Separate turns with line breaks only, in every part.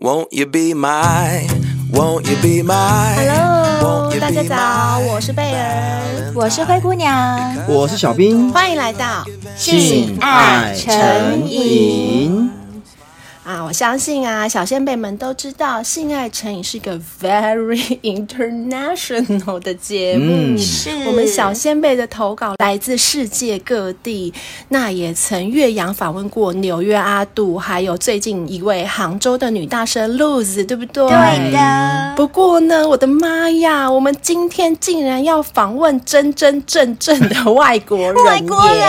Won't you be my? Won't you be my?
Hello，
Won't you
大
be
家早，
my
我是贝儿，
我是灰姑娘，
我是小兵，
欢迎来到
性爱成
瘾。
啊！我相信啊，小先辈们都知道，性爱成瘾是一个 very international 的节目。
嗯，
是
我们小先辈的投稿来自世界各地，那也曾岳阳访问过纽约阿杜，还有最近一位杭州的女大生 Luz，对不对？
对的，
不过呢，我的妈呀！我们今天竟然要访问真真正正的外国人耶，
外国人，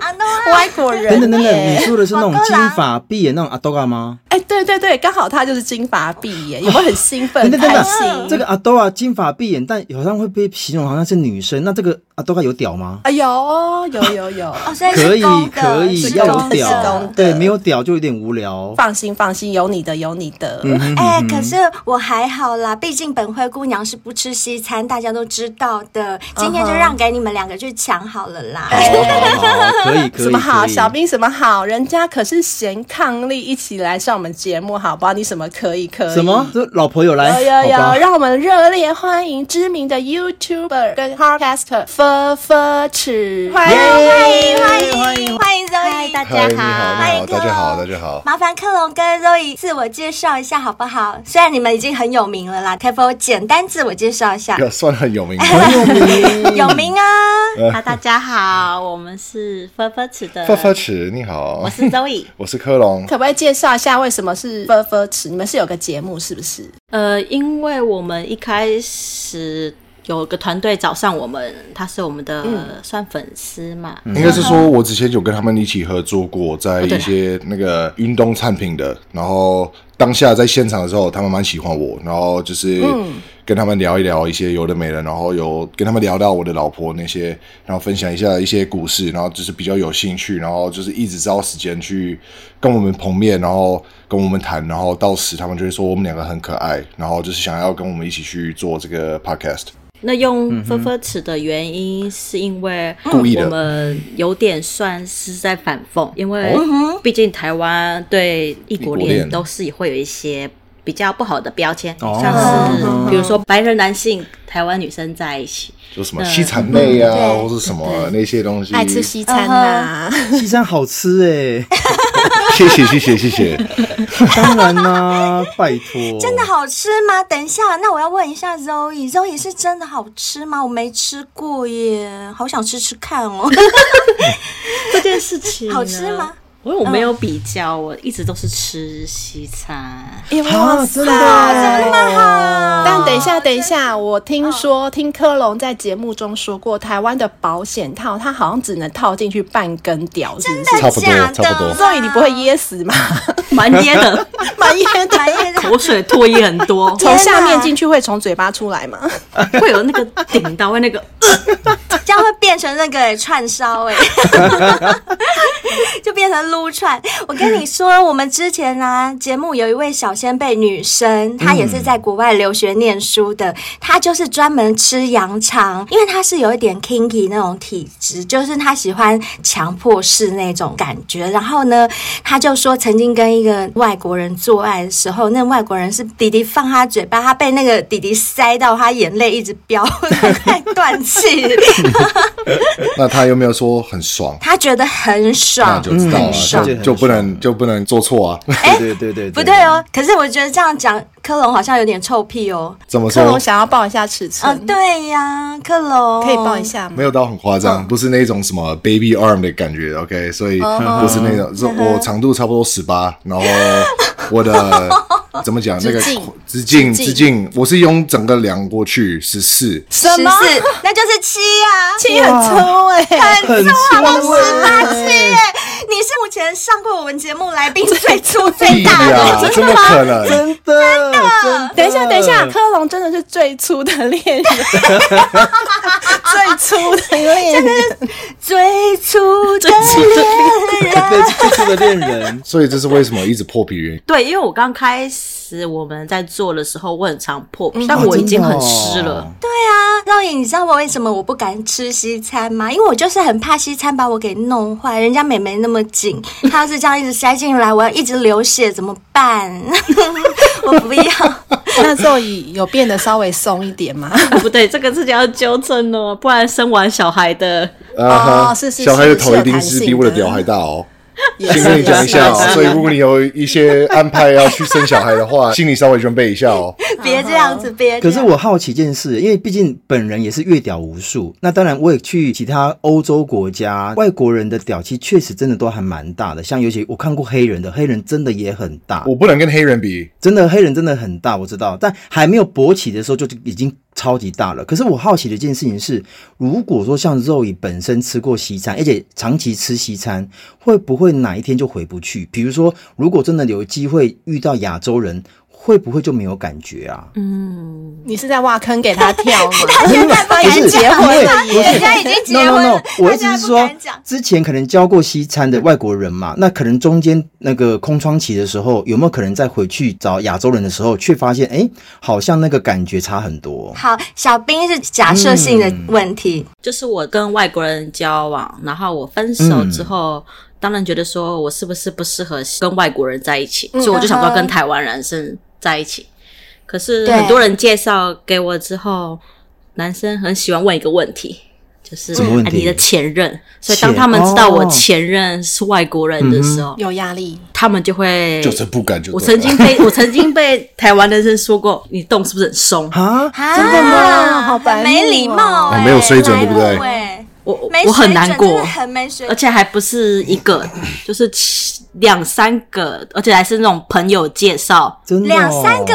啊 no
外国人耶，
等等等等，你说的是那种
广告
金
啦
发碧眼那种阿多嘎啊吗？
哎，对对对，刚好他就是金发碧眼，有没有很兴
等
奋、
等等
开
等，
心？
这个阿多啊金发碧眼，但好像会被形容好像是女生，那这个阿多嘎啊有屌吗？
哎呦，有有有，
哦，所以
可
是
以
公的
可以，
是
要
公
有
的
是公
屌
的，
对，没有屌就有点无聊。
放心放心，有你的有你的。
哎、可是我还好啦，毕竟本灰姑娘是不吃西餐，大家都知道的。今天就让给你们两个去抢好了啦。
好好好好，可以 可以。
什么好，
可以
小兵什么好，人家可是贤伉俪一起来上我们节目，好不好？你什么可以可以？
什么？？这老婆有
有
来？
有有
好吧，
让我们热烈欢迎知名的 YouTuber 跟 Podcaster 分分尺，欢迎欢迎
欢迎欢迎欢迎 Zoe，大
嗨，你好，
欢迎
你好，大家好，大
家。
家好。
麻烦克隆跟 Zoe 自我介绍一下好不好？虽然你们已经很有名了啦，可否简单自我介绍一下？
要算很有名的，
有名啊！
啊， 大家好，我们是分分尺的，
发发池，哦你好
我，是 周易。
我是科隆。
可不可以介绍一下为什么是分分尺？你们是有个节目是不是？
呃，因为我们一开始有个团队找上我们，他是我们的、
嗯
算粉丝嘛，
应该是说，我之前有跟他们一起合作过，在一些那个运动产品的，然后当下在现场的时候，他们蛮喜欢我，然后就是跟他们聊一聊一些有的没的，然后有跟他们聊到我的老婆那些，然后分享一下一些故事，然后就是比较有兴趣，然后就是一直找时间去跟我们碰面，然后跟我们谈，然后到时他们就会说我们两个很可爱，然后就是想要跟我们一起去做这个 podcast。
那
嗯
用分分尺的原因是因为
故意的
我们有点算是在反讽，因
哦
为嗯毕竟台湾对异国
异国
恋
恋
都是会有一些。比较不好的标签，
哦
像
嗯
是比如说白人男性、台湾女生在一起，
就什么西餐类啊，或是什么那些东西，
爱吃西餐呐、
西餐 好吃哎，
谢谢谢谢谢 谢。
当然啦，拜托，
真的好吃吗？等一下，那我要问一下 Zoe，Zoe 是真的好吃吗？我没吃过耶，好想吃吃看哦。
这件事情呢
好吃吗？
因为我没有比较，我一直都是吃西 餐。
因为
啊，真的哦，
但等一下，等一下，我听说、听科隆在节目中说过，台湾的保险套它好像只能套进去半根屌，是不是？
差不多
假的
差不多
所以你不会噎死吗？
蛮噎 的，
蛮噎的，
哎呀
口水唾液很 多，
从下面进去会从嘴巴出来吗？
会有那个顶到，会那个
这样会变成那个欸 串烧哎，就变成撸串。我跟你说，我们之前呢、节目有一位小先辈女生，她也是在国外留学念书的，她就是专门吃羊肠，因为她是有一点 kinky 那种体质，就是她喜欢强迫式那种感觉。然后呢，她就说曾经跟一个外国人做爱的时候，那外国人是弟弟放她嘴巴，她被那个弟弟塞到，她眼泪一直飙， 快断气。
那他有没有说很爽？
他觉得很
嗯
爽，嗯
那就知道了，
很爽。
就就不能就不能做错啊！
对对对对，
哎不对哦，可是我觉得这样讲，科隆好像有点臭屁哦。
怎么
科隆
说？
想要报一下尺
啊，
寸，
对呀，科隆
可以报一。下吗？
没有到很夸
嗯
张，不是那种什么 baby arm 的感觉，OK？所以不是那
嗯
种，是我长度差不多十八，然后我的怎么讲那个
直径
直径
直径
直径，我是用整个量过去十四，
什
十
么？
四， 那就是七呀、啊。
气很粗哎、
很粗
八
哎，
七耶！你是目前上过我们节目来宾 最粗最
屁
大的，
呀，怎么可 能？
真的真的，
等一下，等一下，科隆真的是最粗的恋人，最粗的恋人，
最粗 的恋人。
对，这就是个恋人，
所以这是为什么一直破皮原因。
对，因为我刚开始。丝，我们在做的时候我很常破
嗯
皮，
啊
但我已经很
真的哦
湿了。
肉颖，你知道我为什么我不敢吃西餐吗？因为我就是很怕西餐把我给弄坏。人家美眉那么 紧，她要是这样一直塞进来，我要一直流血怎么办？ 我不要。
那座椅有变得稍微松一点吗？
不对，这个事情要纠正哦，不然生完小孩的
啊哈，
哦是是
小孩
是
的
是
头
有
一定
弹
是比
性
我的
的
屌还大哦。
也
先
是
跟你讲一 下
也
哦，
是
所以如果你有一些安排要去生小孩的 话，心里稍微准备一下哦。
别这样子，别这
可
样。
是我好奇一件事，因为毕竟本人也是越屌无数，那当然我也去其他欧洲国家，外国人的屌其实确实真的都还蛮大的，像尤其我看过黑人的，黑人真的也很大，
我不能跟黑人比，
真的黑人真的很大，我知道，但还没有勃起的时候就已经超级大了。可是我好奇的一件事情是，如果说像肉 o 本身吃过西餐，而且长期吃西餐，会不会哪一天就回不去？比如说，如果真的有机会遇到亚洲人，会不会就没有感觉啊？
嗯
你是在挖坑给他跳吗？
现在不
不
敢
是
结
因为
婚了
不是
耶，人家已 经结
No
婚了
no no，，我
大
意思
家
是
不
说
敢讲，。
之前可能教过西餐的外国人嘛，那可能中间那个空窗期的时候，有没有可能再回去找亚洲人的时候，却发现哎，诶好像那个感觉差 很多。
好，小兵是假设性的
嗯
问题，
就是我跟外国人交往，然后我分手之后，
嗯
当然觉得说我是不是不适合跟外国人在一起，
嗯
所以我就想说跟台湾人生在一起。可是
对
很多人介绍给我之后，男生很喜欢问一个问题，就是
什么问题
哎你的前任。所以
前
当他们知道我
哦
前任是外国人的时候，
有压力，
他们就会
就是不敢就
我
对
曾
了
经被我曾经被台湾男生说过，你动是不是很松？
啊，
啊
真的吗好白目哦
没礼貌哎、
啊没有水准
白目
对不对
哎
我我
没
我很
水
难
准真
过
的，很没水
而
准。
且还不是一个，就是七两三个，而且还是那种朋友介绍。
真的哦
两三个，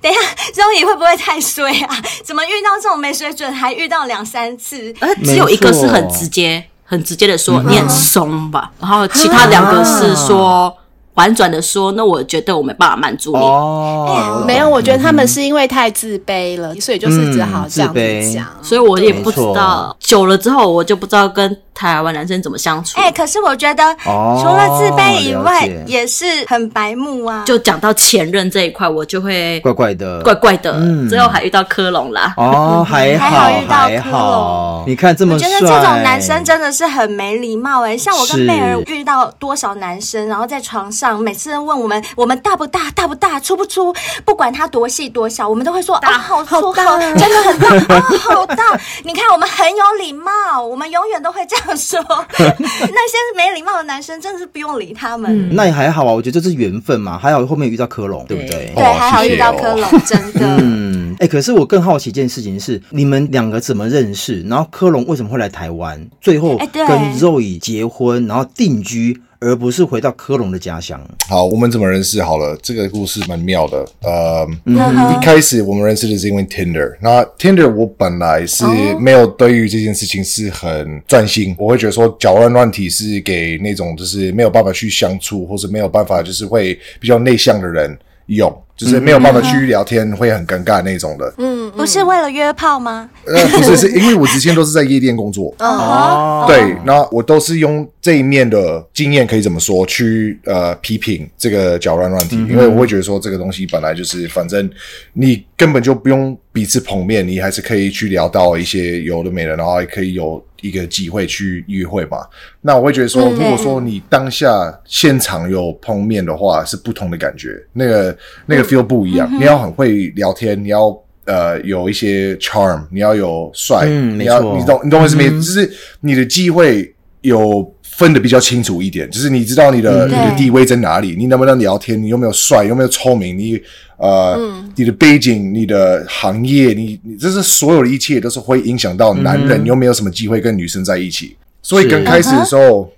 等一下，周怡会不会太衰啊？ 怎么遇到这种没水准，还遇到两三次？
而且只有一个是很
没错嗯
直接、很直接的说、你很松吧，然后其他两个是
啊
说、婉转的说，那我觉得我没办法满足
哎
你。
哦，
没有，我觉得他们是因为太自卑了，所以就是只好这样子讲。
所以我也不知
没
道
错，
久了之后我就不知道跟台湾男生怎么相处。
哎、可是我觉得，
哦
除了自卑以外
了解，
也是很白目啊。
就讲到前任这一块，我就会
怪怪的，
怪怪的。
嗯
之后还遇到科隆啦，
哦，还
嗯还
好
好遇到
还
克隆
好，你看这
我
么
觉
帅，
得这种男生真的是很没礼貌哎、像我跟
是
贝尔遇到多少男生，然后在床上每次问我们我们大不大大不大出不出，不管他多细多小，我们都会说啊好粗好真的很大 啊好大。你看我们很有礼貌，我们永远都会这样 说。那些没礼貌的男生真的是不用理他们。
那也还好啊，我觉得这是缘分嘛，还好后面有遇到科隆，对不对
对，
哦
还好
谢谢
遇到
哦
科隆，真的。
嗯，哎、可是我更好奇一件事情是，你们两个怎么认识？然后科隆为什么会来台湾？最后
哎对
跟肉乙结婚，然后定居，而不是回到科隆的家乡？
好，我们怎么认识好了？这个故事蛮妙的。呃，
嗯
一开始我们认识的是因为 Tinder。那 Tinder 我本来是
哦
没有对于这件事情是很专心，我会觉得说搅乱乱体是给那种就是没有办法去相处，或者没有办法就是会比较内向的人用，就是没有
嗯
办法去聊天会很尴尬那种的。
不是为了约炮吗？
呃，不是，是因为我之前都是在夜店工作。
哦，
对，那我都是用这一面的经验，可以怎么说去呃批评这个搅乱乱体，
嗯
因为我会觉得说这个东西本来就是，反正你根本就不用彼此碰面，你还是可以去聊到一些有的没的，然后还可以有一个机会去约会嘛。那我会觉得说，如果说你当下现场有碰面的话，是不同的感觉，那个
嗯
那个 feel 不一样。你要很会聊天，你要呃有一些 charm，你要有帅，
嗯
你
没
要
错
你懂你懂我意思没？就是你的机会有。分的比较清楚一点，就是你知道你的、你的
对
地位在哪里，你能不能聊天，你有没有帅，有没有聪明，你呃、你的背景、你的行业，你你这是所有的一切都是会影响到男人、有没有什么机会跟女生在一起。所以
是
刚开始的时候，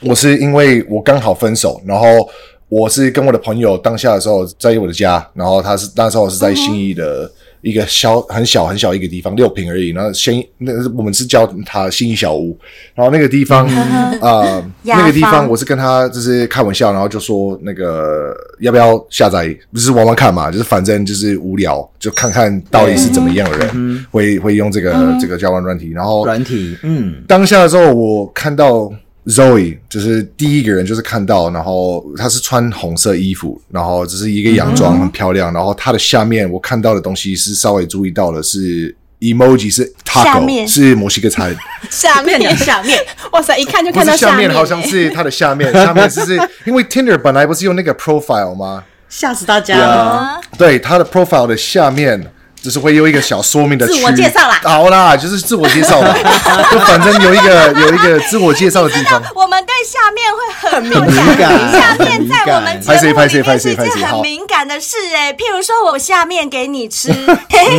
我是因为我刚好分手，然后我是跟我的朋友当下的时候在我的家，然后他是那时候是在新义的一个小很小很小一个地方，六平而已。然后新那我们是叫他新义小屋，然后那个地方啊、呃
雅
那个地方
芳
我是跟他就是开玩笑，然后就说那个要不要下载，不是玩玩看嘛，就是反正就是无聊，就看看到底是怎么样的人会会用这个这个交换软体，然后
软体，嗯，
当下的时候，我看到 Zoe 就是第一个人，就是看到，然后她是穿红色衣服，然后只是一个洋装，很漂亮。然后她的下面我看到的东西是稍微注意到的是 emoji 是
下
taco
面
是墨西哥餐，
下面下面，哇塞，一看就
不
看到
是下
面
面
欸，
好像是它的下面，下面就是因为 Tinder 本来不是用那个 profile 吗？
吓死大家了。
对，它的 profile 的下面就是会有一个小说明的
自
区，
我介绍啦
好啦，就是自我介绍啦，就反正有一个有一个自我介绍的地方。
我们对下面会很 敏
敏感
下面在我们节目
很敏感
里面是一
拍谁拍谁拍
件
谁
很
好
敏感的事哎、譬如说我下面给你吃，
嗯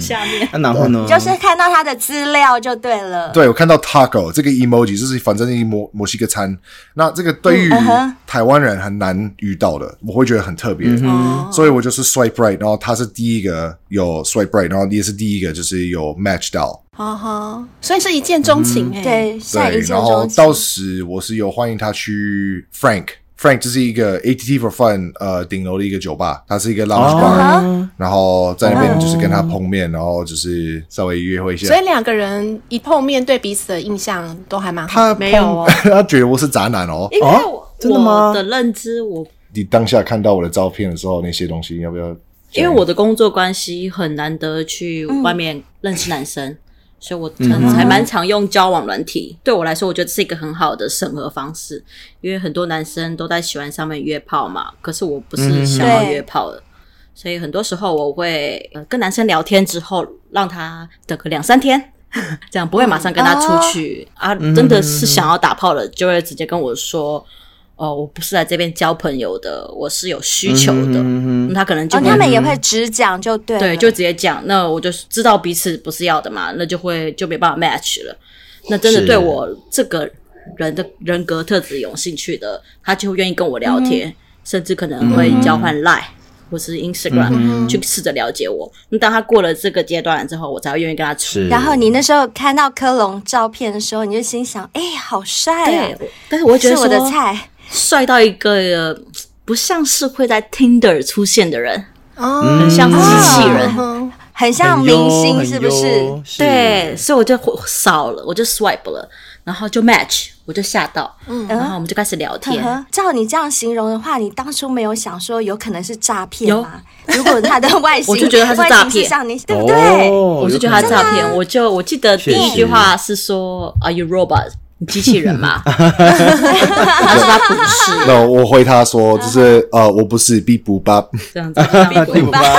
下面
那啊然后呢？
就是看到他的资料就对了。
对，我看到 taco 这个 emoji，就是反正一墨墨西哥餐。那这个对于
嗯嗯哼嗯
台湾人很难遇到的，我会觉得很特别。哦所以我就是 swipe right，然后他是第一个有 swipe right，然后你也是第一个就是有 match 到。
哈哈，所以是一见钟情哎，
哦嗯对，下
对
一，见
然后
钟情
到时我是有欢迎他去 Frank。Frank 这是一个 ATT for Fun 呃顶楼的一个酒吧，它是一个
啊
lounge bar，、
Uh-huh
然后在那
哦
边就是跟他碰面，然后就是稍微约会一下。
所以两个人一碰面，对彼此的印象都还蛮好
他
的。没有哦，
他觉得我是渣男哦。
因为我
真的吗
我的认知，我
你当下看到我的照片的时候，那些东西要不要？
因为我的工作关系很难得去
嗯
外面认识男生，所以我可能还蛮常用交往软体。对我来说，我觉得这是一个很好的审核方式，因为很多男生都在喜欢上面约炮嘛，可是我不是想要约炮的。所以很多时候我会呃跟男生聊天之后，让他等个两三天， 这样不会马上跟他
哦
出去、啊。真的是想要打炮了，就会直接跟我说：“哦，我不是来这边交朋友的，我是有需求的。那他可能就
哦，
会、
他们也会直讲就对了。
对，就直接讲。那我就知道彼此不是要的嘛，那就会就没办法 match 了。那真的
是
对我这个人的人格特质有兴趣的，他就会愿意跟我聊天，
嗯
甚至可能会交换 Line、或是 Instagram、去
嗯
试着了解我。那当他过了这个阶段之后，我才会愿意跟他处。
是，
然后你那时候看到科隆照片的时候，你就心想：哎、好帅啊
对！，但是我会觉得
是我的
说
菜。
帅到一个呃不像是会在 Tinder 出现的人，
哦，
像机器人。
嗯哼
很像
很
明
优
星，
哎
很
是不
优
是？
是
对，所以我就扫了，我就 swipe 了，然后就 match，我就吓到，嗯，然后我们就开始聊
呵
天。
呵，照你这样形容的话，你当初没有想说有可能是诈骗
有
吗？如果他的外形，
我就觉得他是
外
诈
形
骗
像你对不对？
哦，
我是觉得他诈骗，我就我记得第一句话是说，Are you robot？你机器人嘛？他说他不是
那我回他说，就是呃，我不是 B 不吧，
这样子，这样
对
子
吧？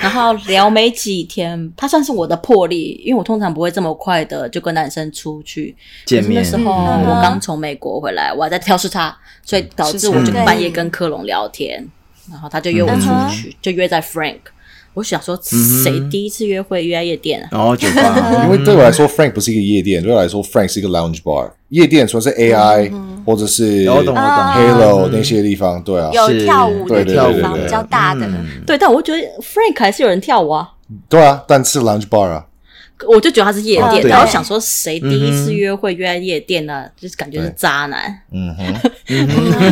然后聊没几天，他算是我的魄力，因为我通常不会这么快的就跟男生出去
见面
可是那时候
嗯
我刚从美国回来，我还在挑事他，所以导致我就半夜跟科隆聊天，然后他就约我出去，就约在 Frank。我想说，谁第一次约会约在夜店啊？
然后哦酒 吧，
因为对我来说，Frank 不是一个夜店，对我来说，Frank 是一个 lounge bar。夜店除了是 AI 或者是
我懂我懂
Halo 那些地方，对啊，
有
是
跳舞的
对
地
对对
方
对
比较大的，
嗯
对，但我觉得 Frank 还是有人跳舞啊，
对啊，但是 lounge bar 啊，
我就觉得他是夜
哦
店。
对
然后想说，谁第一次约会约在夜店呢、就是感觉是渣男。
嗯哼，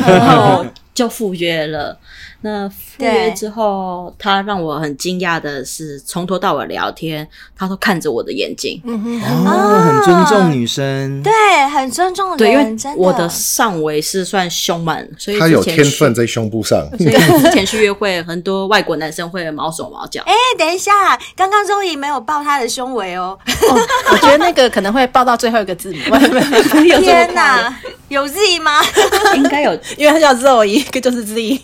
然后就赴约了。那赴约
对
之后，他让我很惊讶的是，从头到尾聊天，他都看着我的眼睛。
哦，很尊重女生，
对，很尊重人，
对，因为
真哎
我的上围是算胸蛮，所以
他有
之前
天
去
分。在胸部上，
所以之前去约会，很多外国男生会毛手毛脚。
哎、等一下，刚刚周怡没有抱他的胸围哦！
我觉得那个可能会报到最后一个字母，
有这么
天哪，有 Z 吗？
夸张应该有
因为它叫 Zoe，一个就是 Z，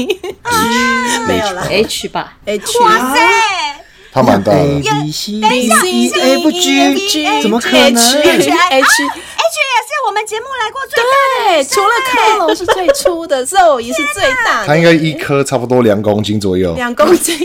没有啦
H 吧？
H。
啊
哇塞，
他蛮大
A
的。
B C
B
D
C
E F G，怎么可能？
H H
，H 也是我们节目来过最大的
对，
女
除
生
了克
哎
隆是最初的，Zoe 是最大
他
的，
应该一颗差不多两公斤左右，
两公斤。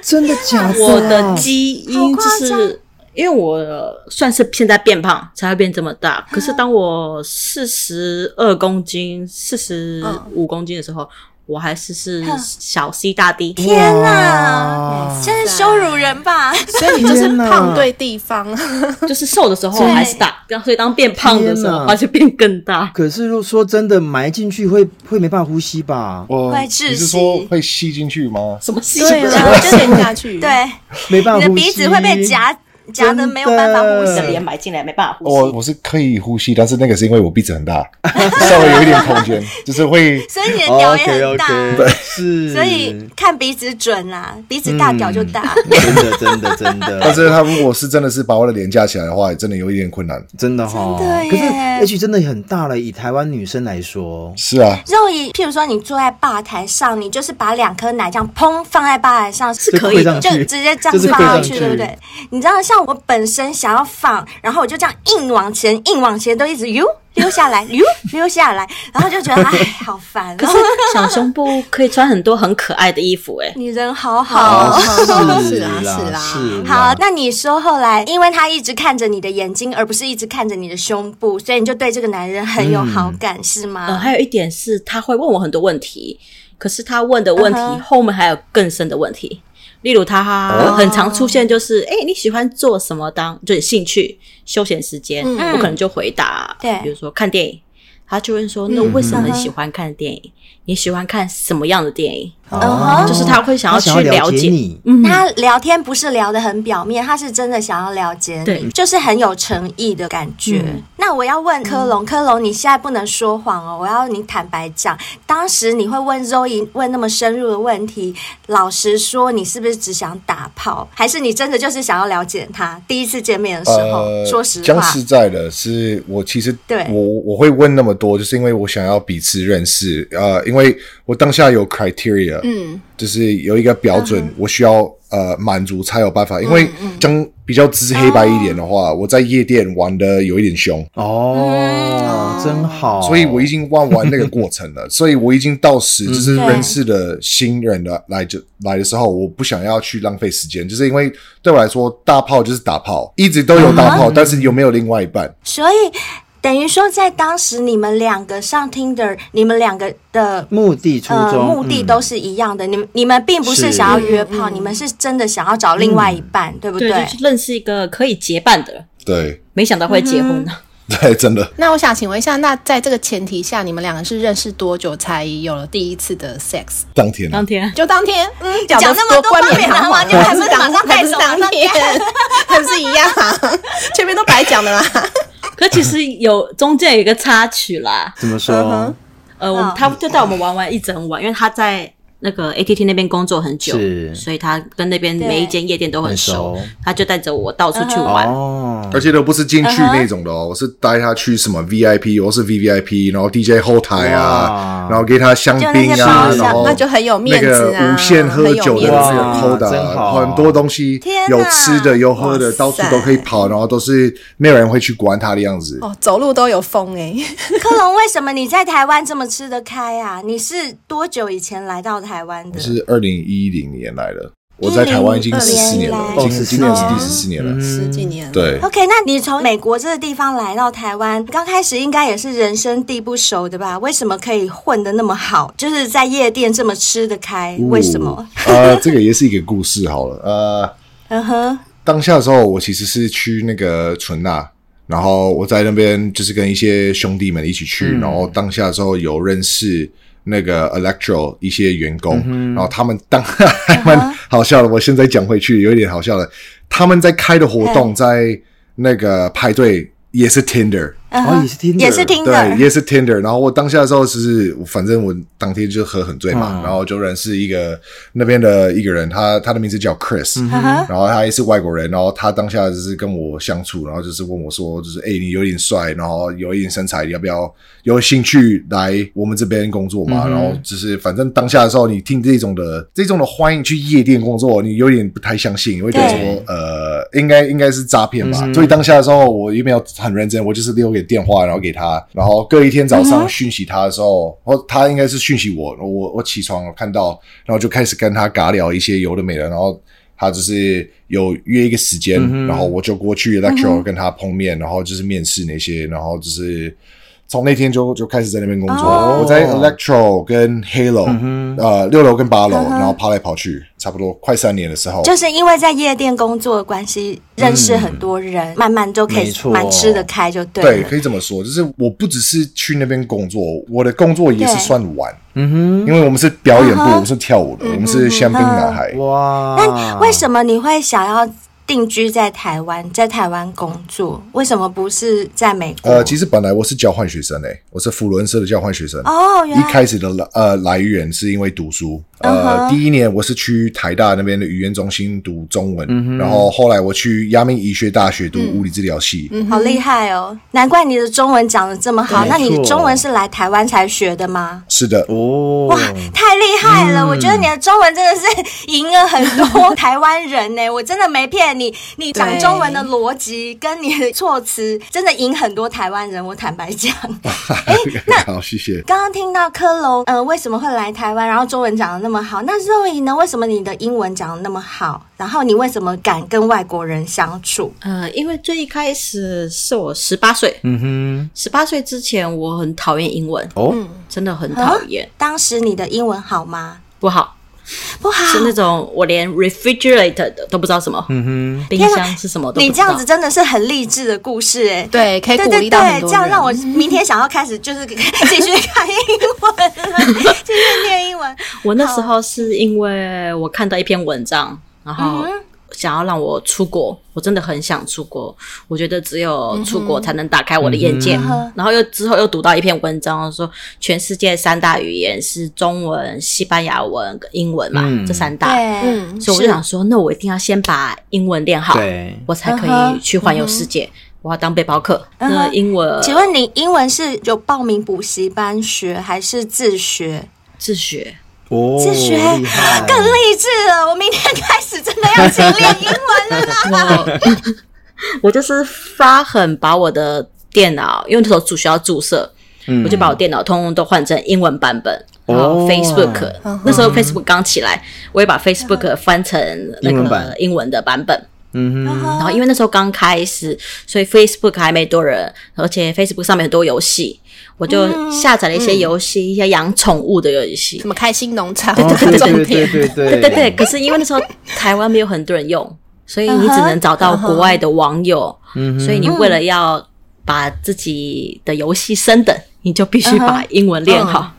真的假的？
我的基因就
好夸
是因为我算是现在变胖才会变这么大，可是当我四十二公斤、四十五公斤的时候，我还是是小 C 大 D。
天哪
哇，
真是羞辱人吧！
所以你就是
天哪
胖 对地方，啊
就是瘦的时候还是大，然后所以当变胖的时
天
候，
哪
它就变更大。
可是如果说真的埋进去会会没办法呼吸吧？
我
会
你
窒息
是说会吸进去吗？
什么 C？
对啊，就陷下去。
对，
没办
你
法
的
呼吸，
鼻子会被夹夹的没有办法呼
你
吸
的。脸埋进来没办法呼
我
吸。
我是可以呼吸，但是那个是因为我鼻子很 大，稍微有一点空间，就是会
所以你的屌也
OK
很大
OK，是，
所
嗯
以看鼻子准啦、鼻子大屌就大。
真的真的真的，
但是他如果是真的是把我的脸架起来的话， 真的有一点困难。
真的哈、
真的耶
可是 H 真的很大了，以台湾女生来说，
是啊，
肉姨，譬如说你坐在吧台上，你就是把两颗奶这样砰放在吧台上是
可以的
就
就
直接这
就
样
是
放
跪
上
上
去，
去
对不对？你知道，像我本身想要放，然后我就这样硬往前，硬往前，都一直溜溜下来，溜溜下来， 然后就觉得哎，好烦。
可
然
是
后
小胸部可以穿很多很可爱的衣服 哎、
女人好好。
哦
是
是啊是
啦
啦
是
好
啦，，
那你说后来，因为他一直看着你的眼睛，而不是一直看着你的胸部，所以你就对这个男人很有好感，是
呃，
吗？
还有一点是他会问我很多问题，可是他问的问题、
嗯哼
后面还有更深的问题，例如他很常出现就是，哎、你喜欢做什么当就是兴趣休闲时间，
嗯
我可能就回答，
对
比如说看电影。他就问说：“那
嗯
为什么你喜欢看电影？你喜欢看什么样的电影？
嗯
哦
就是他会想
他
要
想
去
要
了解
解你，
嗯，
他聊天不是聊得很表面，他是真的想要了解你，
对嗯
就是很有诚意的感觉。那我要问科隆，科隆，你现在不能说谎哦，我要你坦白讲，当时你会问 Zoe 问那么深入的问题，老实说，你是不是只想打炮，还是你真的就是想要了解他？第一次见面的时候，
呃，
说实
讲
话，
实在的，是我其实
对
我我会问那么多，就是因为我想要彼此认识。呃，因为我当下有 criteria，嗯，就是有一个标准，
嗯
我需要呃满足才有办法。因为讲比较直黑白一点的
啊
话，我在夜店玩的有一点凶，
嗯
哦，真好，
所以我已经忘完那个过程了，所以我已经到时就是
对
认识的新人的来就来的时候，我不想要去浪费时间，就是因为对我来说，大炮就是打炮，一直都有大炮，但是有没有另外一半？
所以等于说，在当时你们两个上 Tinder，你们两个的。
目的初
呃，
衷、嗯
目的
嗯
都是一样的，你们你们并不是
是
想要约
嗯
炮，你们是真的想要找另外一半，对不
对，就是认识一个可以结伴的人，
对
没想到会结婚呢、
对，真的。
那我想请问一下，那在这个前提下，你们两个是认识多久才有了第一次的 sex？
当天
当天啊
就当天，嗯，讲
讲
得
那么多
冠
冠冕
冕
堂
堂
皇
皇，
结果还
不
是
是当
马上
还
带
不是
走
当
马上
天，还 不是一样啊，前面都白讲的啦。
可其实有中间有一个插曲啦，
怎么说？
呃，我
嗯
他就带我们玩玩一整晚，因为他在那个 ATT 那边工作很久
是，
所以他跟那边
对
每一间夜店都很熟，
很熟
他就带着我到处去玩。
哦，
而且都不是进去那种的哦，我是带他去什么 VIP，我是 VVIP，然后 DJ 后台啊，
哇
然后给他香槟
就
啊
那，些包厢
然后
那就很有面
那
子啊
个无限喝酒的那
很有面
个
子
扣的
哇真好
啊，很多东西
天哪
有吃的有喝的，
哇塞
到处都可以跑，然后都是没有人会去管他的样子。
哦，走路都有风哎、
科隆，为什么你在台湾这么吃得开啊？你是多久以前来到台湾
我
的？
是二零一零年来的，我在台湾已经
2014
十四年了，
年
今
来
今年是第十四年了。
嗯
十几年了，
对，
OK，那你从美国这个地方来到台湾，刚开始应该也是人生地不熟的吧？为什么可以混得那么好？就是在夜店这么吃得开，
哦
为什么？
呃，这个也是一个故事好了，呃。
嗯哼，
当下的时候，我其实是去那个纯纳，然后我在那边就是跟一些兄弟们一起去，然后当下之后有认识那个 Electro 一些员工，然后他们当 还蛮好笑的。我现在讲回去有一点好笑了，他们在开的活动在那个派对也是 Tinder。
嗯
哦，
哼
也是听，
也是听的
对，，也是 Tinder。然后我当下的时候是，反正我当天就喝很醉嘛，
嗯
然后就认识一个那边的一个人，他他的名字叫 Chris，、然
Uh-huh
后他也是外国人，然后他当下就是跟我相处，然后就是问我说，就是哎、诶你有点帅，然后有一点身材，你要不要有兴趣来我们这边工作嘛？然后就是反正当下的时候，你听这种的这种的欢迎去夜店工作，你有点不太相信，你会觉得
对
说呃，应该应该是诈骗吧。
嗯哼
所以当下的时候，我也没有很认真，我就是留给电话，然后给他，然后隔一天早上
嗯
讯息他的时候，然后他应该是讯息我，我我起床我看到，然后就开始跟他尬聊一些有的没的，然后。他就是有约一个时间，
嗯哼嗯
然后我就过去 lecture 跟他碰面，然后就是面试那些，然后就是从那天就就开始在那边工作。
哦
我在 electro 跟 halo，、
嗯哼嗯
呃，六楼跟八楼，然后跑来跑去，差不多快三年的时候，
就是因为在夜店工作的关系，认识
嗯
很多人，慢慢就可以
没错
蛮吃得开，就对
对，
了。
可以这么说，就是我不只是去那边工作，我的工作也是算玩，
嗯
因为我们是表演部，
嗯哼嗯
我们是跳舞的，我们是香槟男孩
哼，。哇，
那为什么你会想要定居在台湾，在台湾工作，为什么不是在美国？
呃，其实本来我是交换学生诶、欸我是福伦社的交换学生。
哦，原
一
来嗯
开始的来呃来源是因为读书，呃第一年我是去台大那边的语言中心读中文，然后后来我去阳明医学大学读
嗯
物理治疗系，
好厉害哦！难怪你的中文讲的这么好。
没
那你
错
中文是来台湾才学的吗？
是的，
哦，
哇，太厉害
嗯
了！我觉得你的中文真的是赢了很 多台湾人呢、我真的没骗你，你讲
对
中文的逻辑跟你的措辞，真的赢很多台湾人。我坦白讲，
好，谢谢。
刚刚听到科隆，呃，为什么会来台湾？然后中文讲的那么好，那 Zoe 呢？为什么你的英文讲的那么好？然后你为什么敢跟外国人相处？
呃，因为最一开始是我十八岁，
嗯
十八岁之前我很讨厌英文，
哼，哦，
真的
啊
很讨厌，
当时你的英文好吗？
不好，
不好，
是那种我连 refrigerator 的都不知道什么，
嗯
冰
天哪
箱是什么都不
你
知
这样
道
子。真的是很励志的故事哎、
对，可以
对
鼓
对
励到很
对，
多
这样
人
让我明天想要开始就是继续看英 文了，继续念英文。
我那时候是因为我看到一篇文章，然后
嗯
想要让我出国，我真的很想出国，我觉得只有出国才能打开我的眼界。
嗯哼
然后又之后又读到一篇文章说，全世界三大语言是中文、西班牙文跟英文嘛，
嗯
这三大。
对，
嗯，
所以我就想说，那我一定要先把英文练好，
对，
我才可
嗯
以
哼
去环游世界。我要当背包客。
嗯哼
那英文，
请问你英文是有报名补习班学还是自学？
自学？
哦，
自学
厉害
更励志了！我明天开始真的要勤练英文了啦。
我就是发狠把我的电脑，因为那时候主学校注册，
嗯
我就把我电脑通通都换成英文版本。
哦
然后 Facebook、那
嗯
时候 Facebook 刚起来，我也把 Facebook 翻成那
英文
个
版
英文的版本。
嗯哼，
然后因为那时候刚开始，所以 Facebook 还没多人，而且 Facebook 上面很多游戏，我就下载了一些游戏，一些养宠物的游戏
什。么开心农场，
哦对
重
对对
点。
对对
对对对，可是因为那时候台湾没有很多人用，所以你只能找到国外的网友。
嗯
所以你为了要把自己的游戏升等，你就必须把英文练好。
就嗯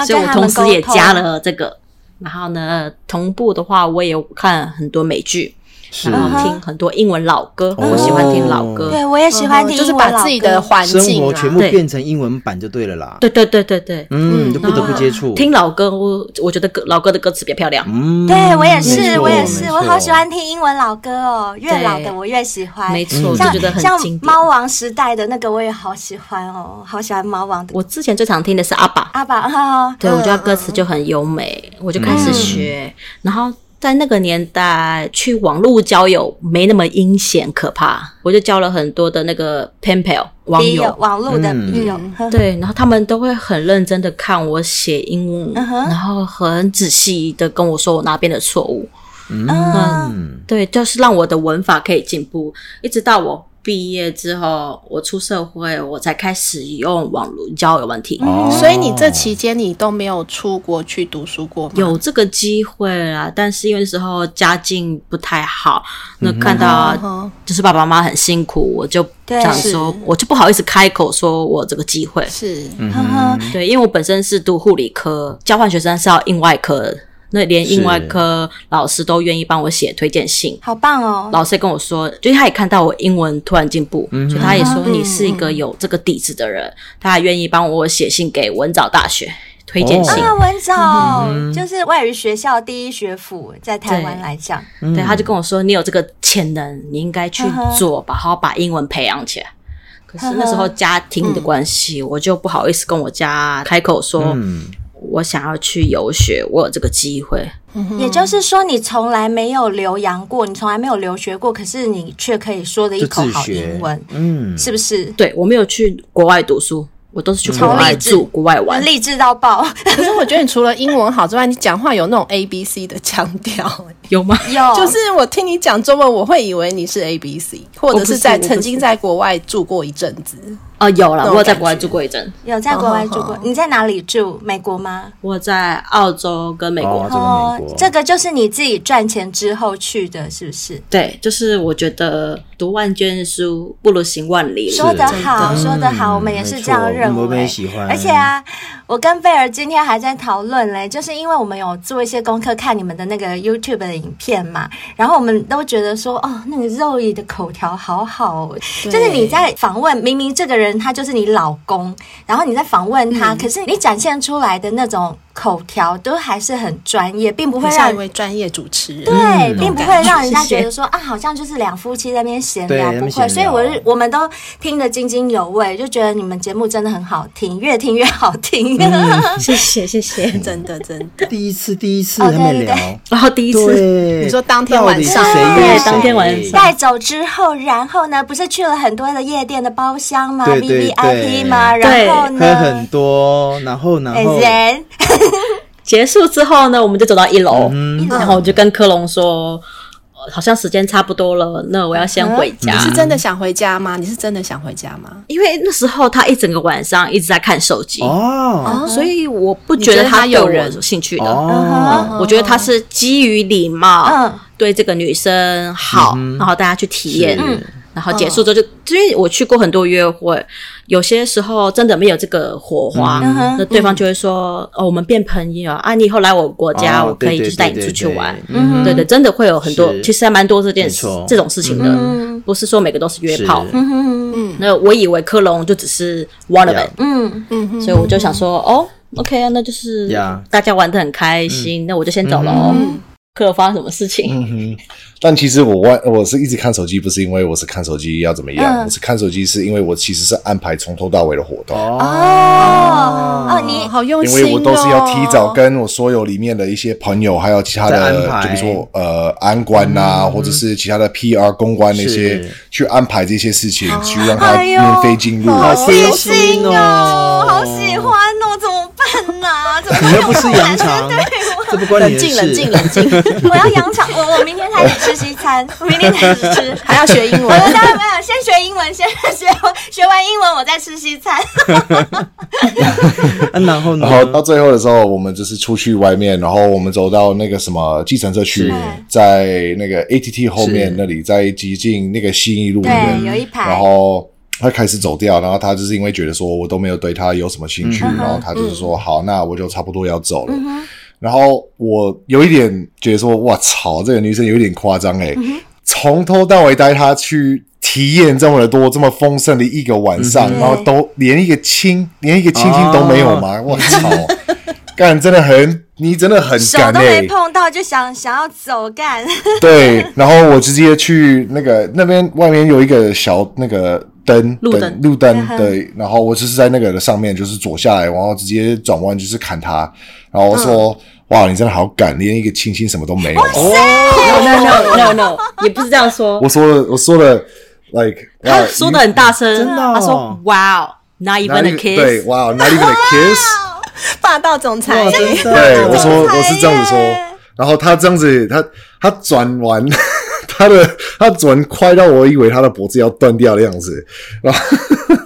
要
所以
跟
我
他
同
们
时
沟
也
通
加。了这个。然后呢，同步的话，我也有看很多美剧，
是
然后听很多英文老歌。
哦
我喜欢听老歌。
对，我也喜欢听
哦嗯就是
英文
把
老
自己
歌
的环
生
境
活
啊，
全部
对
变成英文版就对了啦。
对对对对对，
嗯，就不
啊
得不接触。
听老歌，我我觉得歌老歌的歌词比较漂亮。
嗯，
对我也
没
是，
错
我也是，
没
我好喜
错
欢听英文老歌哦，越老
对
的我越喜欢。
没错，我就
像
觉得很
像
经典。
猫啊王时代的那个我也好喜欢哦，好喜欢猫王的
我之前最常听的是阿爸，
阿爸啊，
对，我觉得歌词就很优美，我就开始学。然后在那个年代，去网络交友没那么阴险可怕，我就交了很多的那个 pen pal 网
笔友
友。
网络的
嗯
笔友，呵
对，然后他们都会很认真的看我写英文，
嗯哼
然后很仔细的跟我说我哪边的错误。
嗯，
嗯，
对，就是让我的文法可以进步，一直到我毕业之后，我出社会，我才开始用网络交友问题。
嗯
哦
所以你这期间你都没有出国去读书过吗？
有这个机会啦，但是因为那时候家境不太好，
嗯
那看到就是爸爸妈妈很辛苦，我就
对
想说，我就不好意思开口说我有这个机会。
是，
嗯
呵呵，
对，因为我本身是读护理科，交换学生是要应外科的，那连应外科老师都愿意帮我写推荐信。
好棒哦，
老师也跟我说，就是他也看到我英文突然进步，所以他也说
嗯
你是一个有这个底子的人，他还愿意帮我写信给文藻大学推荐信。
哦
啊，文藻就是外语学校第一学府，在台湾
对
来讲，
对，他就跟我说：“你有这个潜能，你应该去做，把好好把英文培养起来。”可是那时候家庭的关系，我就不好意思跟我家开口说，
嗯
我想要去游学，我有这个机会。
也就是说你从来没有留洋过，你从来没有留学过，可是你却可以说的一
就
口
自
好
学
英文，
嗯，
是不是？
对我没有去国外读书，我都是去国外住、国外玩。
励志到爆，
可是我觉得你除了英文好之外，你讲话有那种 A B C 的腔调、
有吗？
有
就是我听你讲中文，我会以为你是 A B C，或者
我不是
在
我不是
曾经在国外住过一阵子。
哦，有了，
有
我有在
感
国外
觉
住过一阵，
有在国外住过
哦，
你在哪里住？美国吗？
我在澳洲跟美国嗯
哦，这个美国，
这个就是你自己赚钱之后去的，是不是？
对，就是我觉得读万卷书不如行万里路。
说得好，
真的
说得好，
嗯
我们也是这样
没错
认为。
我们也喜欢
而且啊，我跟贝尔今天还在讨论嘞，就是因为我们有做一些功课，看你们的那个 YouTube 的影片嘛，然后我们都觉得说，哦，那个肉姨的口条好好哦，
对
就是你在访问，明明这个人他就是你老公，然后你在访问他，可是你展现出来的那种口条都还是很专业，并不会
很像
让
一位专业主持
嗯
人。
对，并不会让人家
谢谢
觉得说啊，好像就是两夫妻在那边闲聊，
对在
不
那
会。
边闲
所以
聊
我是我们都听得津津有味，就觉得你们节目真的很好听，越听越好听。
嗯
谢谢谢谢。
真的真的，
第一次第一次
哦
还没
对对
聊，
嗯然后第一次
对，
你说当天晚上
到底是谁
对
约
当天晚
谁
上
带走之后，然后呢，不是去了很多的夜店的包厢吗
对对
？VVIP
对
吗？
对
然后
喝
呢
很？多，然后然
哎
后
人
结束之后呢，我们就走到一楼，
嗯
然后我就跟科隆说，呃好像时间差不多了，那我要先回家。
你
嗯
是真的想回家吗？你是真的想回家吗？
因为那时候他一整个晚上一直在看手机，
哦
所以我不
你
觉
觉
得
得
他
他
对
有
我
人
有兴趣的。
哦，
我觉得他是基于礼貌，
嗯
对这个女生好，
嗯哼
然后大家去体验，
是
然后结束
嗯
之后就，因为我去过很多约会，有些时候真的没有这个火花，
嗯哼
那对方就会说、哦，我们变朋友啊，你以后来我国家，
哦
我可
对
以就
对
是带你
对
出去
对
玩。
嗯
对对，真的会有很多，
是
其实还蛮多这件事
没错
这种事情的，
嗯
不是说每个都是约
是
炮。
嗯嗯
那我以为科隆就只是 one of
Yeah
it，
嗯
嗯哼，
所以我就想说，哦，OK 啊，那就是
Yeah
大家玩的很开心，那我就先走了哦。科隆发生什么事情？
但其实我忘，我是一直看手机，不是因为我是看手机要怎么样，
嗯
我是看手机是因为我其实是安排从头到尾的活动。
哦
哦哦，
哦
你
好用
因
心、哦，
为我都是要提早跟我所有里面的一些朋友，还有其他
在安
的，
排
就比如说呃安官呐、
嗯
或者是其他的 PR 公关那些
是，
去安排这些事情，去让他
哎呦
免费进入。
好贴
心
心
哦
哦，
好喜欢哦，怎么办呐？怎么办
你 又不吃羊肠，这不关
冷
你的事。
静冷静冷静，
我要扬场，我我明天开始吃西餐，我明天开始吃。
还要学英
我
文
说。当然没有，先学英文，先学学完英文，我再吃西餐。
啊然后呢
然？后到最后的时候，我们就是出去外面，然后我们走到那个什么计程车区
是，
在那个 ATT 后面
是
那里，在接近那个信义路那边
对，，有一排
然，后他开始走掉，然后他就是因为觉得说我都没有对他有什么兴趣，
嗯
然后他就是说、好，那我就差不多要走
嗯
了。然后我有一点觉得说，哇操，这个女生有一点夸张哎、
嗯
从头到尾带她去体验这么多这么丰盛的一个晚上，
嗯哼
然后都连一个亲连一个亲亲都没有吗？我操，干真的很，你真的很
手
敢
都
哎、
没碰到就想想要走干，
对，然后我直接去那个那边外面有一个小那个灯，
路灯嗯
路灯，对，然后我就是在那个的上面，就是左下来，然后直接转弯就是砍他，然后我
嗯
说、哇，你真的好敢，连一个亲亲什么都没 有。
no no no no no，也不是这样说
我，说了，我说了，like
他
wow,
说
you-
的很大声，
真的哦
他说 Wow，not
not
even a
even- 对
kiss，
哇、wow,，not even a kiss。
霸道总裁
哇，真的
对，我说
裁
我是这样子说
耶，
然后他这样子，他他转完， 他的他转快到我以为他的脖子要断掉的样子，然后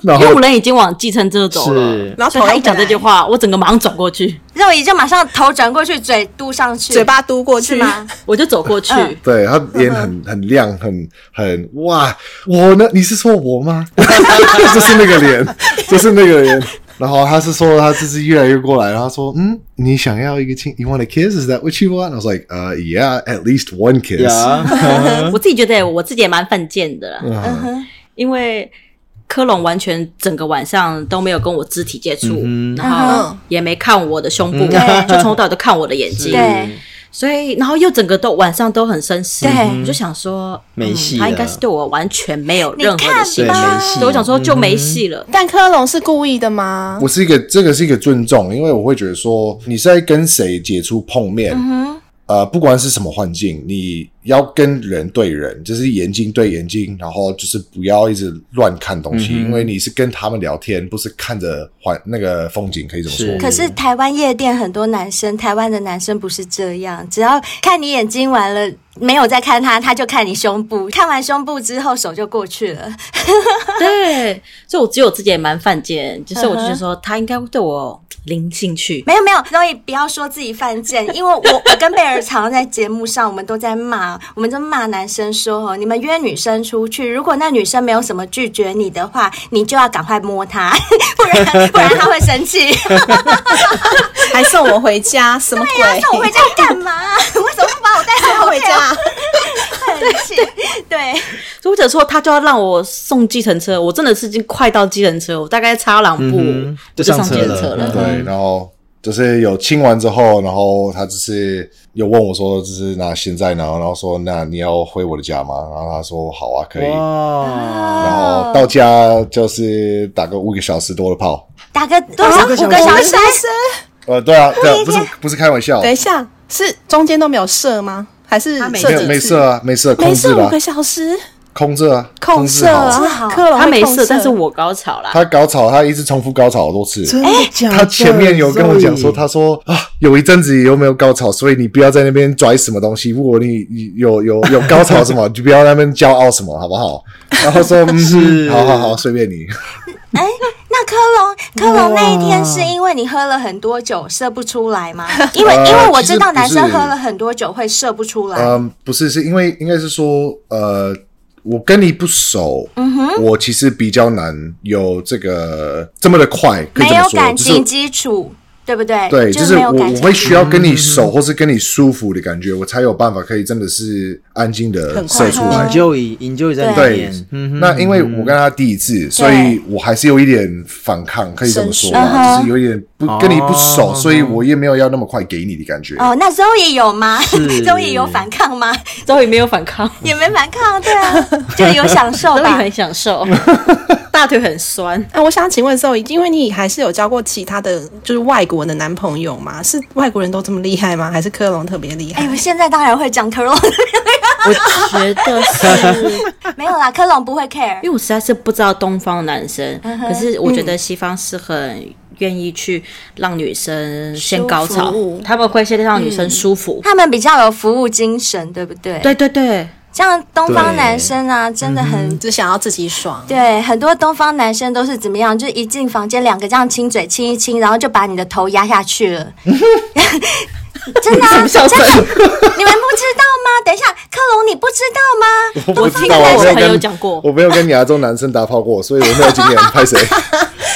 然
因为
后
我人已经往计程车走了
是，
然后
所以他
头
一讲这句话，我整个马上转过去，
肉姨就马上头转过去，嘴嘟上去，
嘴巴嘟过
是
去
吗？
我就走过去，
嗯
对他脸很很亮，很很哇，我呢？你是说我吗？ 就是那个脸，就是那个脸。然后他是说他就是越来越过来，然后他说嗯，你想要一个亲，You want a kiss? Is that what you want? I was like, uh, yeah, at least one kiss.
呀，
我自己觉得我自己也蛮犯贱的啦，
嗯
嗯因为科隆完全整个晚上都没有跟我肢体接触，
嗯
然后也没看我的胸部，
对
就从头到尾都看我的眼睛，
对，
所以然后又整个都晚上都很绅士，
对
我就想说
嗯
嗯
没戏
他应
了
该是对我完全没有任
你
何
看吧
的兴
对
趣，
没戏嗯
所以我想说就没戏了。
但科隆是故意的吗？
我是一个，这个是一个尊重，因为我会觉得说你是在跟谁接触碰面，呃，不管是什么环境，你要跟人对人，就是眼睛对眼睛，然后就是不要一直乱看东西，因为你是跟他们聊天，不是看着环那个风景，可以这么说
是。
可是台湾夜店很多男生，台湾的男生不是这样，只要看你眼睛完了，没有再看他，他就看你胸部，看完胸部之后手就过去了。
对，所以我只有自己也蛮犯贱，就是我就觉得
嗯
说他应该对我零兴趣。
没有没有，所以不要说自己犯 贱，因为我我跟贝尔常常在节目上，我们都在骂，我们就骂男生说哦，你们约女生出去，如果那女生没有什么拒绝你的话，你就要赶快摸她， 不然不然她会生 气。
还送我回家，什么
她
鬼？
送我回家干 嘛？为什么不把我带
送我回
回
家？
很 气，对，
所以我只能说他就要让我送计程车，我真的是已经快到计程车，我大概差两步、
嗯哼
我
就
上
上
计
车
程
了
车了。
对，然后就是有亲完之后，然后他就是有问我说，就是那现在呢？然后说那你要回我的家吗？然后他说好啊，可以。
哇，
然后到家就是打个五个小时多的炮。
打个多少
五个小时
五个小时？
呃，对啊，对啊，不是不是开玩笑，
等一下，是中间都没有射吗？还是
他没
射几
没有
次？
没事啊，没事啊，
没
控制
射
了
五
啊
个，小时，
控制啊，
控
制
射
好。
啊！克隆
嗯他
会
没
控
事，
射，
但是我高潮啦。
他搞草，他一直重复高潮好多次。
真的假的？
他前面有跟我讲说，
Zoe
他说啊，有一阵子有没有高潮，所以你不要在那边拽什么东西。如果你你有有有高潮什么，你就不要在那边骄傲什么，好不好？然后说嗯
是
哼，好好好，随便你。
哎，那科隆科隆那一天是因为你喝了很多酒射不出来 吗？因为
呃
因为我知道男
其实不是
生喝了很多酒会射不出来。
嗯，不是，是因为应该是说，呃，我跟你不熟，我其实比较难有这个这么的快，可以
没
这么
有
说，
感
就
情
是
基础，对不对？
对，
哎就
就是
没有
我
感
我
情
会需要跟你熟，或是跟你舒服的感觉，我才有办法可以真的是安静的
很
射
快
出
乐
来。
enjoy enjoy 在里
对
面，，嗯
那因为我跟他第一次，所以我还是有一点反抗，可以这么说
嗯
吧，就是有一点不跟你不熟，所以我也没有要那么快给你的感觉。
哦，那 Zoe 有吗
是
？Zoe 有反抗吗？
终于没有反抗，
也没反抗，对啊，就有享受
终于
吧。
很享 受，大腿很酸。
哎、我想请问 Zoe，因为你还是有交过其他的就是外国的男朋友吗？是外国人都这么厉害吗？还是科隆特别厉害？
哎，我现在当然会讲科隆，
我觉得是，
没有啦，科隆不会 care
因。为我实在是不知道东方男生，可是我觉得西方是很愿意去让女生先高潮
舒服，
他们会先让女生舒服。
他们比较有服务精神，对不对？，
嗯对对对，
像东方
对
男生啊，真的
嗯
很
只想要自己爽，
对，很多东方男生都是怎么样？就一进房间，两个这样亲嘴亲一亲，然后就把你的头压下去了。真的、啊，真的，你们不知道吗？等一下，克隆，你不知道吗？
我
听过我朋友讲过，
我没有跟亚洲男生打炮过，所以我没有经验， 拍谁？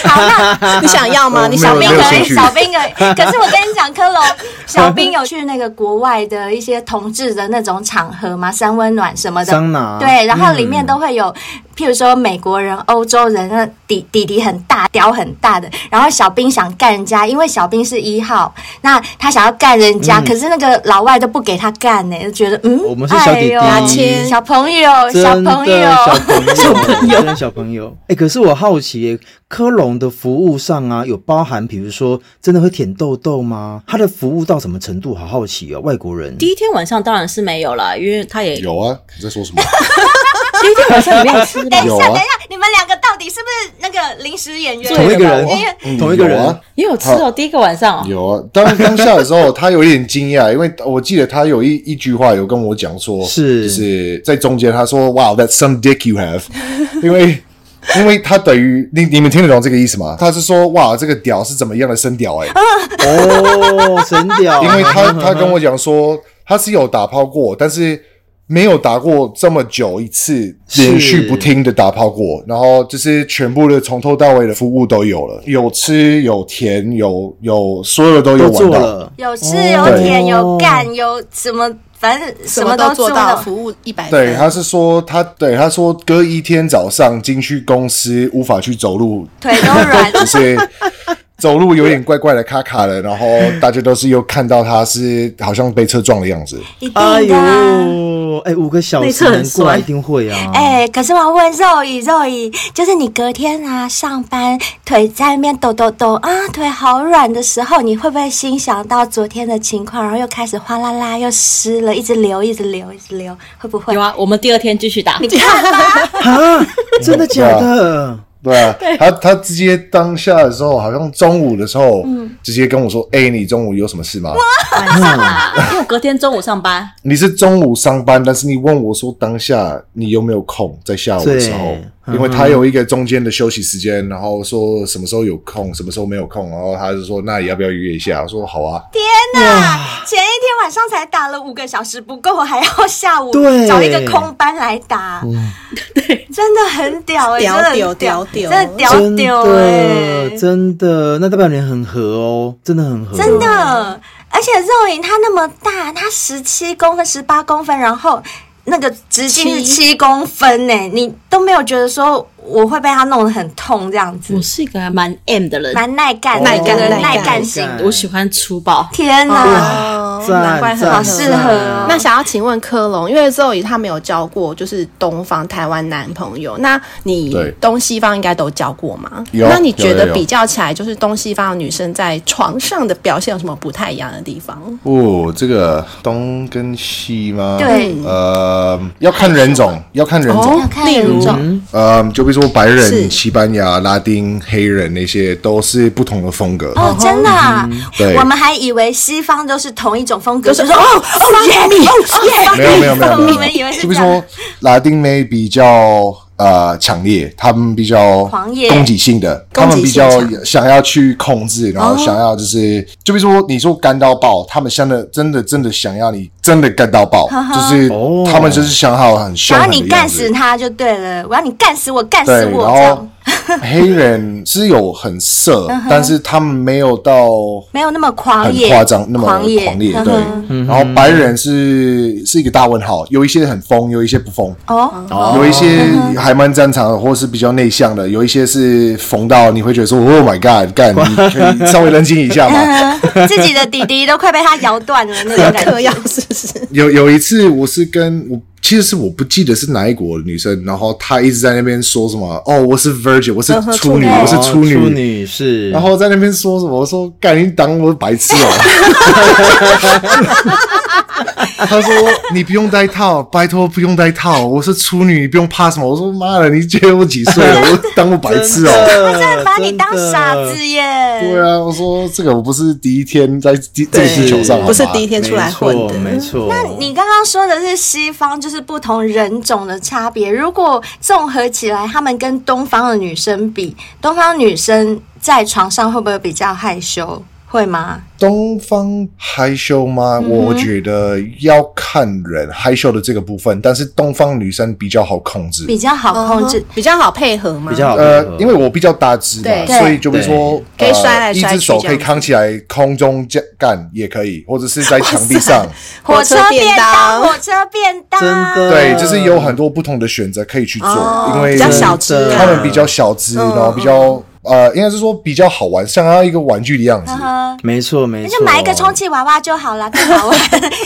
好，那
你想要吗？
我
你
没
想要
小兵
有哦没有
可
兴
以，
趣
小兵 可以。可是我跟你讲，科隆，小兵有去那个国外的一些同志的那种场合嘛，三温暖什么的，
桑拿嗯
对，然后里面都会有，譬如说美国人、欧洲人，那底底底很大，屌很大的。然后小兵想干人家，因为小兵是一号，那他想要干人家，可是那个老外都不给他干呢、就觉得嗯，
嗯我们是小弟弟
哎
牙
呦
签
小朋友，哦小
真的
朋友，
小朋友，小朋友，小朋友。哎、可是我好奇耶，科隆的服务上啊，有包含，比如说真的会舔痘痘吗？他的服务到什么程度？好好奇哦，外国人。
第一天晚上当然是没有啦，因为他也
有啊，你在说什么？
第一天晚上没有 吃
等
吧
一
有
下，
啊
等一下， 你们两个到底是不是那个临时演员？
同一个人
因为，
嗯
同一个人
有啊
也有吃哦，第一个晚上哦。
有啊，当当下的时候，他有一点惊讶，因为我记得他有一一句话有跟我讲说，
是
就是在中间他说，Wow, that's some dick you have，因 为。因为他等于你你们听得懂这个意思吗？他是说哇，这个屌是怎么样的深屌哎、
哦，神屌，
因为他他跟我讲说他是有打炮过，但是没有打过这么久一次
是
连续不停的打炮过，然后就是全部的从头到尾的服务都有了，有吃有甜有有所有的都有
都
玩
做
到。
了，
有吃
哦
有舔有
对
干有什么，反正
什
么
都
做
做到，
了
服务一百
哎对，
分。
他是说他对他说隔一天早上进去公司无法去走路，
腿都软
就是走路有点怪怪的卡卡的，然后 大家都是又看到他是好像被车撞的样子。
一定
哎
的啊。
呦，说，哎、五个小
内
时
侧很
难怪
酸
一定会啊。
哎、可是我要问肉姨，肉姨，就是你隔天啊上班腿在那边抖抖抖啊，腿好软的时候，你会不会心想到昨天的情况，然后又开始哗啦啦又湿了，一直流，一直流，一直流，会不会？
有啊，我们第二天继续打
你。看吧，
啊，真的假的？
对啊，他他直接当下的时候，好像中午的时候，直接跟我说：“哎、你中午有什么事吗？
晚上啊，
嗯
因为我隔天中午上班，
你是中午上班，但是你问我说当下你有没有空，在下午的时候，
对
因为他有一个中间的休息时间，然后说什么时候有空，什么时候没有空，然后他就说那你要不要约一下？我说好啊，
天哪！前一天晚上才打了五个小时不够，我还要下午
对
找一个空班来打， 对，真的很屌哎、
屌
真的很
屌屌屌
真的屌
真
屌哎、
的，真的，那代表你很合哦，真的很合，
真的，欸而且肉影它那么大，它十七公分、十八公分，然后那个直径是七公分呢，你都没有觉得说我会被它弄得很痛这样子
我，是一个还嗯蛮 M 的人，
蛮耐干、
耐干
的
耐
耐
干
干型。
嗯
我喜欢粗暴。
天
啊
哪，
哦
赞
难怪很
赞
好适合哦
那想要请问科隆，因为 Zoe 他没有交过就是东方台湾男朋友，那你
对
东西方应该都交过吗？
有
那你觉
有有
得
有
比较起来，就是东西方的女生在床上的表现有什么不太一样的地方？
哦，这个东跟西吗？
对哦
呃，要看人种，要看人种。
看
嗯例如
人嗯种
呃，就比如说白
是
人、西班牙、拉丁、黑人那些，都是不同的风格。
哦，真的啊
对，
我们还以为西方都是同一种风格，
就是
就说哦哦耶哦耶，
没有没有没有没有，
我们以为是
就比
这
如
样
说。拉丁妹比较呃强烈，他们比较
狂野
攻击性的，他
攻
们
击
比
性
较
强
想要去控制，然后
哦
想要就是，就比如说你说干到爆，他们真的真的真的想要你真的干到爆，就是
哦
他们就是想好很凶
然后
狠的
你
样
干
子
死他就对了，我要你干死我，干死
对，
我
然
这样嗯
后。黑人是有很色，但是他们没有到
没有那么狂
很
野，
夸张，那么
狂野，
狂烈。
嗯
对
哼，
然后白人是是一个大问号，有一些很疯，有一些不疯。
哦，
有一些还蛮战场的，或是比较内向的，有一些是缝到你会觉得说 “Oh my God”，干，你可以稍微冷静一下嘛。
嗯呃自己的弟弟都快被他咬断了那 种感
嗑
觉。
药是不是？
有有一次，我是跟我其实是我不记得是哪一国的女生，然后她一直在那边说什么“哦，我是 virgin，我是
嗯哼
处女，
处女
我是
哦处
处女”，
女是，
然后在那边说什么？我说干，你当我是白痴哦、他说你不用戴套，拜托不用戴套，我是处女，你不用怕什么。我说妈的，你觉得我几岁了？我当我白痴哦、
真
真的把你当傻子耶！
对啊，我说这个我不是第一天在地这个地球上，好吗
不是第一天出来混的
没错。没错
那你刚刚说的是西方，就是不同人种的差别。如果综合起来，他们跟东方的女生比，东方女生在床上会不会比较害羞？会吗？
东方害羞吗？我觉得要看人害羞的这个部分，但是东方女生比较好控制，
比较好控制
嗯。哼比较好配合吗？
比较好
呃
配合，
因为我比较大只嘛，
对
所以就比如说
对可以摔来
呃一
摔去
只手可以
这样子
扛起来空中这样干也可以，或者是在墙壁 上，
火车便当，
哦火
火车便当，
真的
对，就是有很多不同的选择可以去做，
嗯哦
因为
比较小只
啊
嗯
真的
他们比较小只，然后比较呃，应该是说比较好玩，像它一个玩具的样子。
嗯
呵
没错没
那
错，
就买一个充气娃娃就好了，更好玩，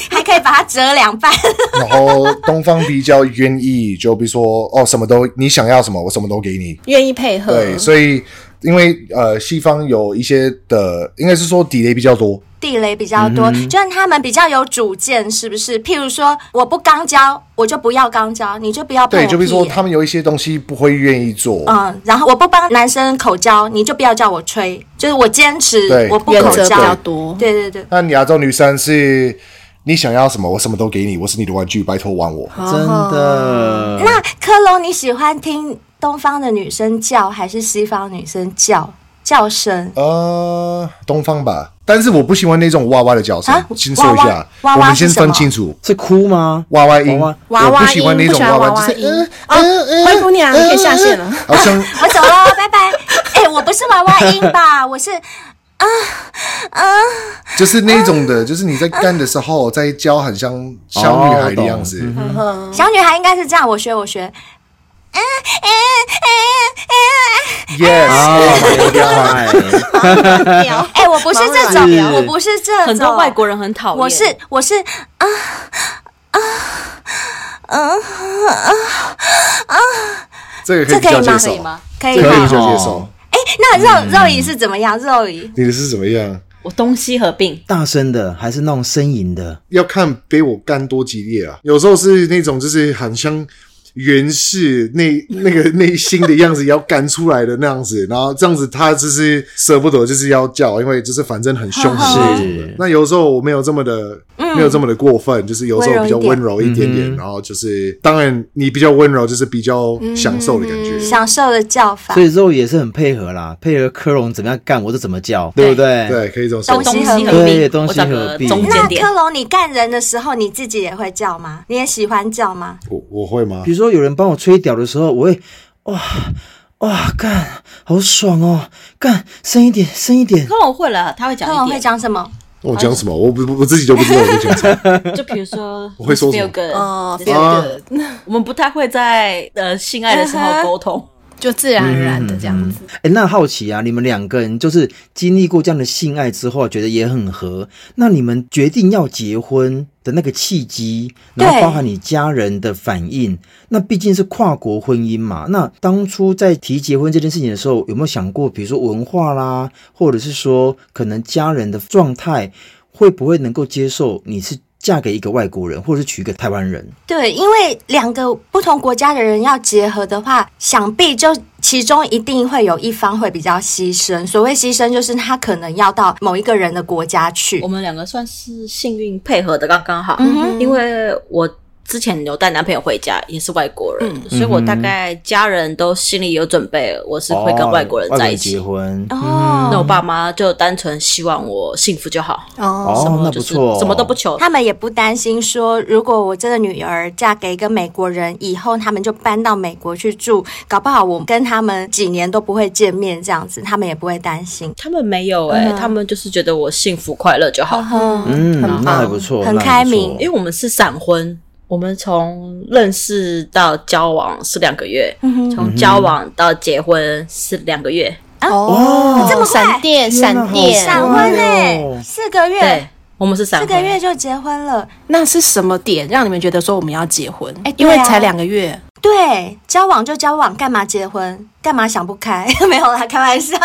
还可以把它折两半。
然后东方比较愿意，就比如说哦，什么都你想要什么，我什么都给你。
愿意配合，
对，所以因为呃，西方有一些的，应该是说底雷比较多，
地雷比较多，就是他们比较有主见，是不是？譬如说，我不肛交，我就不要肛交，你就不要碰我
对，就比如说
屁眼
他们有一些东西不会愿意做，
嗯，然后我不帮男生口交，你就不要叫我吹，就是我坚持
对
我不
原
口
则比较
交。
多。
对对对，
那你亚洲女生是，你想要什么，我什么都给你，我是你的玩具，拜托玩我。
真的。
那科隆，你喜欢听东方的女生叫还是西方女生叫叫声？
呃，东方吧，但是我不喜欢那种哇哇的叫声
啊，
先说一
哇
下，
哇哇哇
我们先
是什么
分清楚，
是哭吗？
哇哇音，
哇哇
娃
我
娃
不喜
音，
欢那
不
种
喜欢
哇
娃
就
娃
是
音
嗯
啊！灰姑娘，你可以下线了。
好像
我走了， 拜拜。哎、我不是娃娃音 吧？我是
就是那种的，就是你在干的时候，在教很像小女孩的样子，
嗯小女孩，应该是这样。我学，我学。嗯嗯
yes，
啊，没
哎
错
嗯嗯，哎、我不是这种，
当然是
哦
我不是这种。
很多外国人很讨厌，
我是我是啊
这个可以
这
比
可以吗
较接
可
受
以吗？可以
这个可以比
吗？
较接受
哦。
哎，那肉肉姨是怎么样？肉姨
你的是怎么样？
我东西合并，
大声的还是那种呻吟的？
要看被我干多激烈啊！有时候是那种就是很像原始内那个内心的样子要干出来的那样子， 然后这样子他就是舍不得，就是要叫，因为就是反正很 凶很
哦
那种的
是。
那有时候我没有这么的，没有这么的过分，就是有时候比较嗯温柔一点嗯
温柔一
点，
点
然后就是当然你比较温柔，就是比较嗯享受的感觉。
享受的叫法
所，以肉也是很配合啦，配合科隆怎么样干，我就怎么叫，对不对？
对，可以这么说
东。
西
西
合并
合
对
并，
东
我
西
找
合
个
并
中间
那
点
克。隆，你干人的时候，你自己也会叫吗？你也喜欢叫吗？
我我会吗
比？如说有人帮我吹屌的时候，我会哇哇干，好爽哦，干深一点，深一点
克。隆会了，他会
克
讲
隆
一
会
点，
讲什么？
我讲什么？我不我自己都不知道我在讲什么。
就比如说
我会说什么
feel good，
哦
这种
啊
，feel good，
我们不太会在呃性爱的时候沟通。
就自然而然的这样子。
哎，那好奇啊，你们两个人就是经历过这样的性爱之后，觉得也很合，那你们决定要结婚的那个契机，然后
对
包含你家人的反应，那毕竟是跨国婚姻嘛。那当初在提结婚这件事情的时候，有没有想过，比如说文化啦，或者是说可能家人的状态，会不会能够接受你是嫁给一个外国人，或者是娶一个台湾人？
对，因为两个不同国家的人要结合的话，想必就其中一定会有一方会比较牺牲。所谓牺牲，就是他可能要到某一个人的国家去
我。们两个算是幸运配合的刚刚好，
嗯
因为我之前有带男朋友回家，也是外国人，
嗯
所以我大概家人都心里有准备，我是会跟外国人在一起。
哦外国人结婚。
那我
哦，
爸妈就单纯希望我幸福就好，
哦，
哦，那
就
不
是
错，
什么都不求。
他们也不担心说，如果我这个女儿嫁给一个美国人，以后他们就搬到美国去住，搞不好我跟他们几年都不会见面，这样子他们也不会担心。
他们没有哎、
嗯
他们就是觉得我幸福快乐就好。
嗯，
嗯，那还不错，
很
那还不
开
错
明
因为我们是闪婚，我们从认识到交往是两个月，
嗯
从交往到结婚是两个月。
哦，
这么快
闪电，
天哪
闪电，
闪
好
婚
快
哎、
哦
四个
对
月，，
我们是闪
四
婚。
个月就结婚了。
那是什么点让你们觉得说我们要结婚？
哎
因
对啊
为才两个月，
对，交往就交往，干嘛结婚？干嘛想不开？ 没有啦，开玩笑。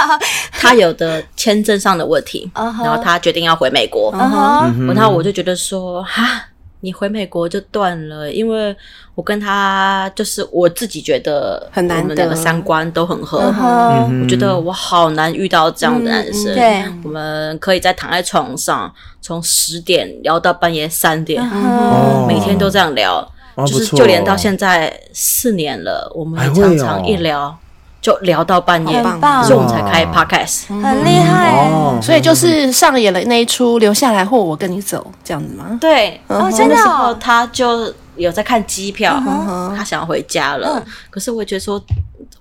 他有的签证上的 问题
嗯哼
然后他决定要回美国。
嗯哼，
然后我就觉得说，哈，你回美国就断了，因为我跟他就是我自己觉得
很难得
我们两个三观都很合。
嗯哼，
我觉得我好难遇到这样的男生。
嗯嗯
对
我们可以在躺在床上，从十点聊到半夜三点，
嗯哼，
哦
每天都这样聊，
哦
就
不
是
错
就连到现在四年了，我们
还会
常
哦
常一聊、就聊到半夜，
好
很棒，哦
所以我们才开
哇
podcast。
嗯很厉害。
哦，
所以就是上演了那一出，留下来或我跟你走这样子吗？
对，
哦，真的
那时候
哦，
他就有在看机票，
哼
他想要回家了。可是我也觉得说，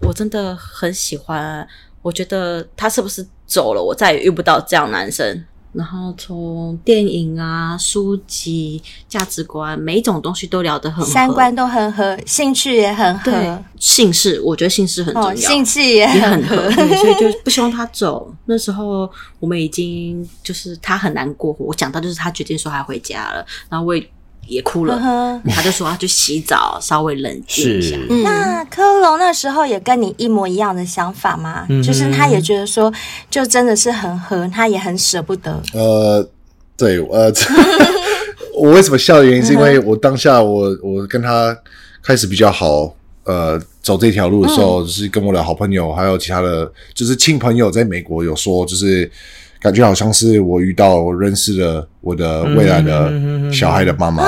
我真的很喜欢，我觉得他是不是走了，我再也遇不到这样男生。然后从电影啊、书籍、价值观，每一种东西都聊得很合
三观都很合，兴趣也很
对
合，
姓氏，我觉得姓氏很重要，
哦，兴趣也
也很
很
合
合。
理，所以就不希望他走。那时候我们已经就是他很难过，我讲到就是他决定说他回家了，然后我也也哭了
嗯，哼
他就说他去洗澡，稍微冷静一下。
嗯
是
那科隆那时候也跟你一模一样的想法吗？
嗯
就是他也觉得说，就真的是很合，他也很舍不得。
呃，对，呃， 这我为什么笑的原因是因为我当下我我跟他开始比较好，呃，走这条路的时候，就是跟我的好朋友还有其他的，就是亲朋友在美国有说，就是感觉好像是我遇到我认识了我的未来的小孩的妈妈，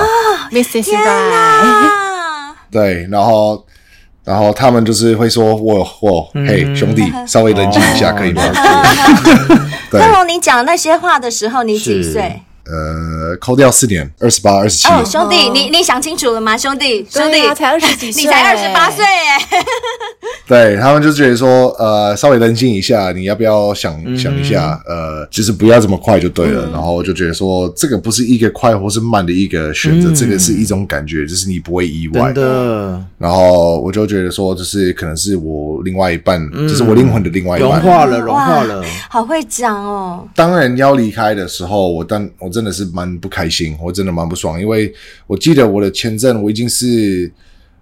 This is right。
啊，
对，然后。然后他们就是会说：“我我嘿兄弟，稍微冷静一下，
哦
可以吗
了？”
对，
科隆，你讲那些话的时候，你几
是
岁？
呃，扣掉四年，二十八、二十七，
哦，兄弟，你你想清楚了吗？兄弟，兄弟
对，啊才二十几岁，
你才二十八岁， 哎，
对他们就觉得说，呃，稍微冷静一下，你要不要想
嗯
想一下？呃，就是不要这么快就对了。然后我就觉得说，这个不是一个快或是慢的一个选择，
嗯
这个是一种感觉，就是你不会意外
真。的
然后我就觉得说，就是可能是我另外一半，
嗯
就是我灵魂的另外一
嗯
融
半。
化了，融化了，
好会讲哦。
当然要离开的时候，我当我真真的是蛮不开心，我真的蛮不爽，因为我记得我的签证我已经是。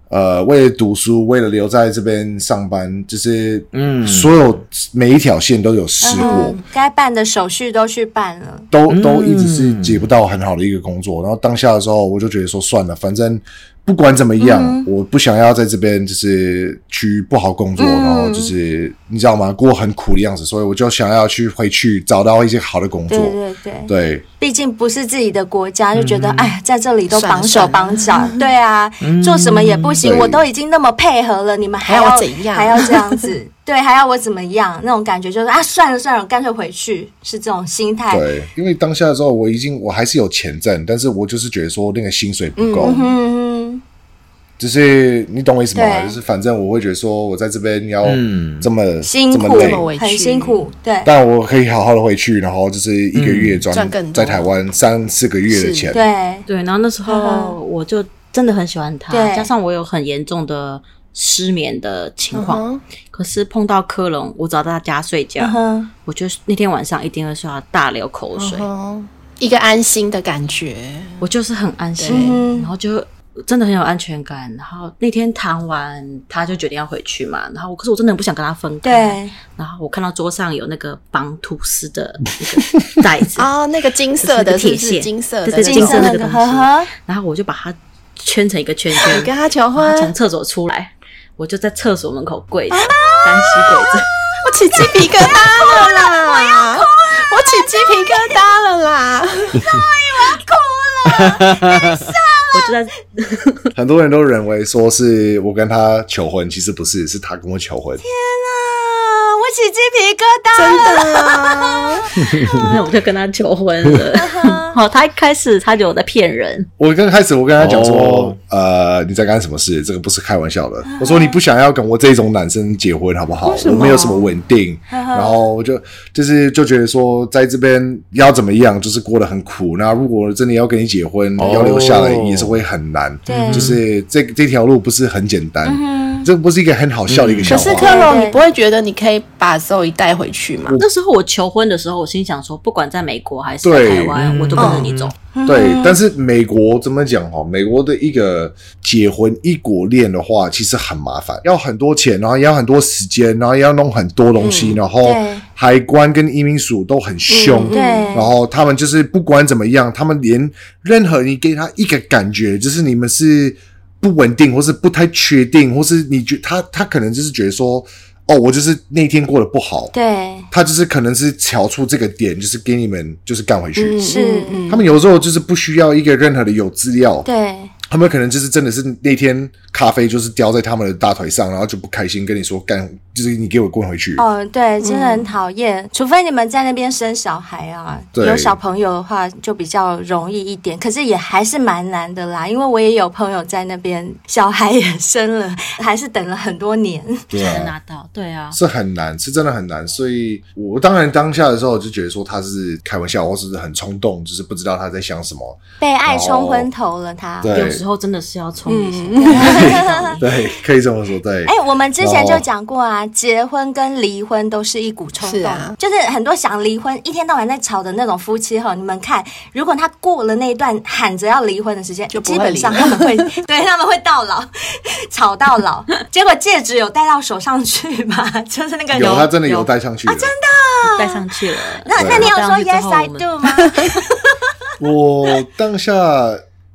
呃，为了读书，为了留在这边上班，就是嗯，所有每一条线都有试过，
嗯，该办的手续都去办了。
都都一直是解不到很好的一个工作。然后当下的时候，我就觉得说算了，反正不管怎么样，我不想要在这边就是去不好工作，然后就是你知道吗，过很苦的样子，所以我就想要去回去找到一些好的工作
对。对对，
对
毕竟不是自己的国家，就觉得哎，在这里都
算了
绑手绑脚，对啊，做什么也不行，
对
我都已经那么配合了，你们还
还要
要
怎样
还要这样子，对，还要我怎么样？那种感觉就是啊，算了算了，我干脆回去，是这种心态。
对，因为当下的时候，我已经我还是有钱挣，但是我就是觉得说那个薪水不够。
嗯，
就是你懂我意思吗？
对
就是反正我会觉得说，我在这边要
嗯
这么、
辛
这
苦
么累，
么委，屈
很辛苦，对
但我可以好好的回去，然后就是一个月
嗯
赚、
赚更多
在台湾三四个月的钱。
对，
对，然后那时候我就真的很喜欢
嗯
他，
对
加上我有很严重的失眠的情况，可是碰到科隆，我只要在他家睡觉，
嗯哼，嗯
我就那天晚上一定会睡到大流口水，
哦，一个安心的感觉，
我就是很安
对
心，然后就真的很有安全感。然后那天谈完，他就决定要回去嘛，然后我可是我真的很不想跟他分开，
对，
然后我看到桌上有那个绑吐司的那个袋 子，
啊、那个金色的，
就
是不
是那个铁
是
线
金色的
对
那种？
对金色
那个
的东西
呵啊呵，
然后我就把它圈成一个圈
你跟
圈，
他求
然
婚
后，从厕所出来，我就在厕所门口跪着，单膝跪着。
我起鸡皮疙瘩了啦！我起鸡皮疙瘩了啦！
我就在，
很多人都认为说是我跟他求婚，其实不是，是他跟我求婚。
啊，我起鸡皮疙瘩，
真的啊，
那我就跟他求婚了。
嗯
好，他一开始他就有在骗人，
我刚开始我跟他讲说，
哦
呃，你在干什么事？这个不是开玩笑的。我说你不想要跟我这种男生结婚好不好？我没有什么稳定，然后我就就是就觉得说，在这边要怎么样，就是过得很苦。那如果真的要跟你结婚，
哦
要留下来也是会很难。
对
就是这这条路不是很简单，这不是一个很好笑的一个
可
笑话。
是克隆，
对
你不会觉得你可以把 Zoe 带回去吗？
嗯
那时候我求婚的时候，我心想说，不管在美国还是在
对
台湾，
嗯
我都跟着你走。
对，但是美国怎么讲哈？美国的一个结婚异国恋的话，其实很麻烦，要很多钱，然后也要很多时间，然后也要弄很多东西，然后
嗯对嗯
海关跟移民署都很凶。
对，
然后他们就是不管怎么样，他们连任何你给他一个感觉，就是你们是不稳定，或是不太确定，或是你觉他他可能就是觉得说，哦，我就是那天过得不好，
对，
他就是可能是瞧出这个点，就是给你们就是干回去。
是，
他们有时候就是不需要一个任何的有资料，
对，
他们可能就是真的是那天咖啡就是掉在他们的大腿上，然后就不开心，跟你说干，就是你给我滚回去。
哦，对，真的很讨厌。除非你们在那边生小孩啊，
对
有小朋友的话就比较容易一点，可是也还是蛮难的啦。因为我也有朋友在那边，小孩也生了，还是等了很多年。
对
才能
啊，
拿到，对啊，
是很难，是真的很难。所以我当然当下的时候就觉得说他是开玩笑，或是很冲动，就是不知道他在想什么。
被爱冲昏头了他，
对嗯
有时候真的是要冲一 下。
对，可以这么说，对。
哎、我们之前
然后
就讲过啊，结婚跟离婚都是一股冲动，
是啊
就是很多想离婚、一天到晚在吵的那种夫妻哈。你们看，如果他过了那一段喊着要离婚的时间，
就不
基
会
本
离
上他们会 对他们会到老， 吵到老。结果戒指有戴到手上去吗？ 就是那个
有他真的有带上去的，
带上去了。
那
对
那
啊
你有说
戴上去之
yes
后
I
我们
do 吗？
我当下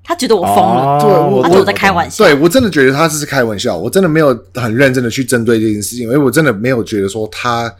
他觉得我疯了，
哦对我
哦他觉得我在开玩笑。
对我真的觉得他是开玩笑，我真的没有很认真的去针对这件事情，因为我真的没有觉得说他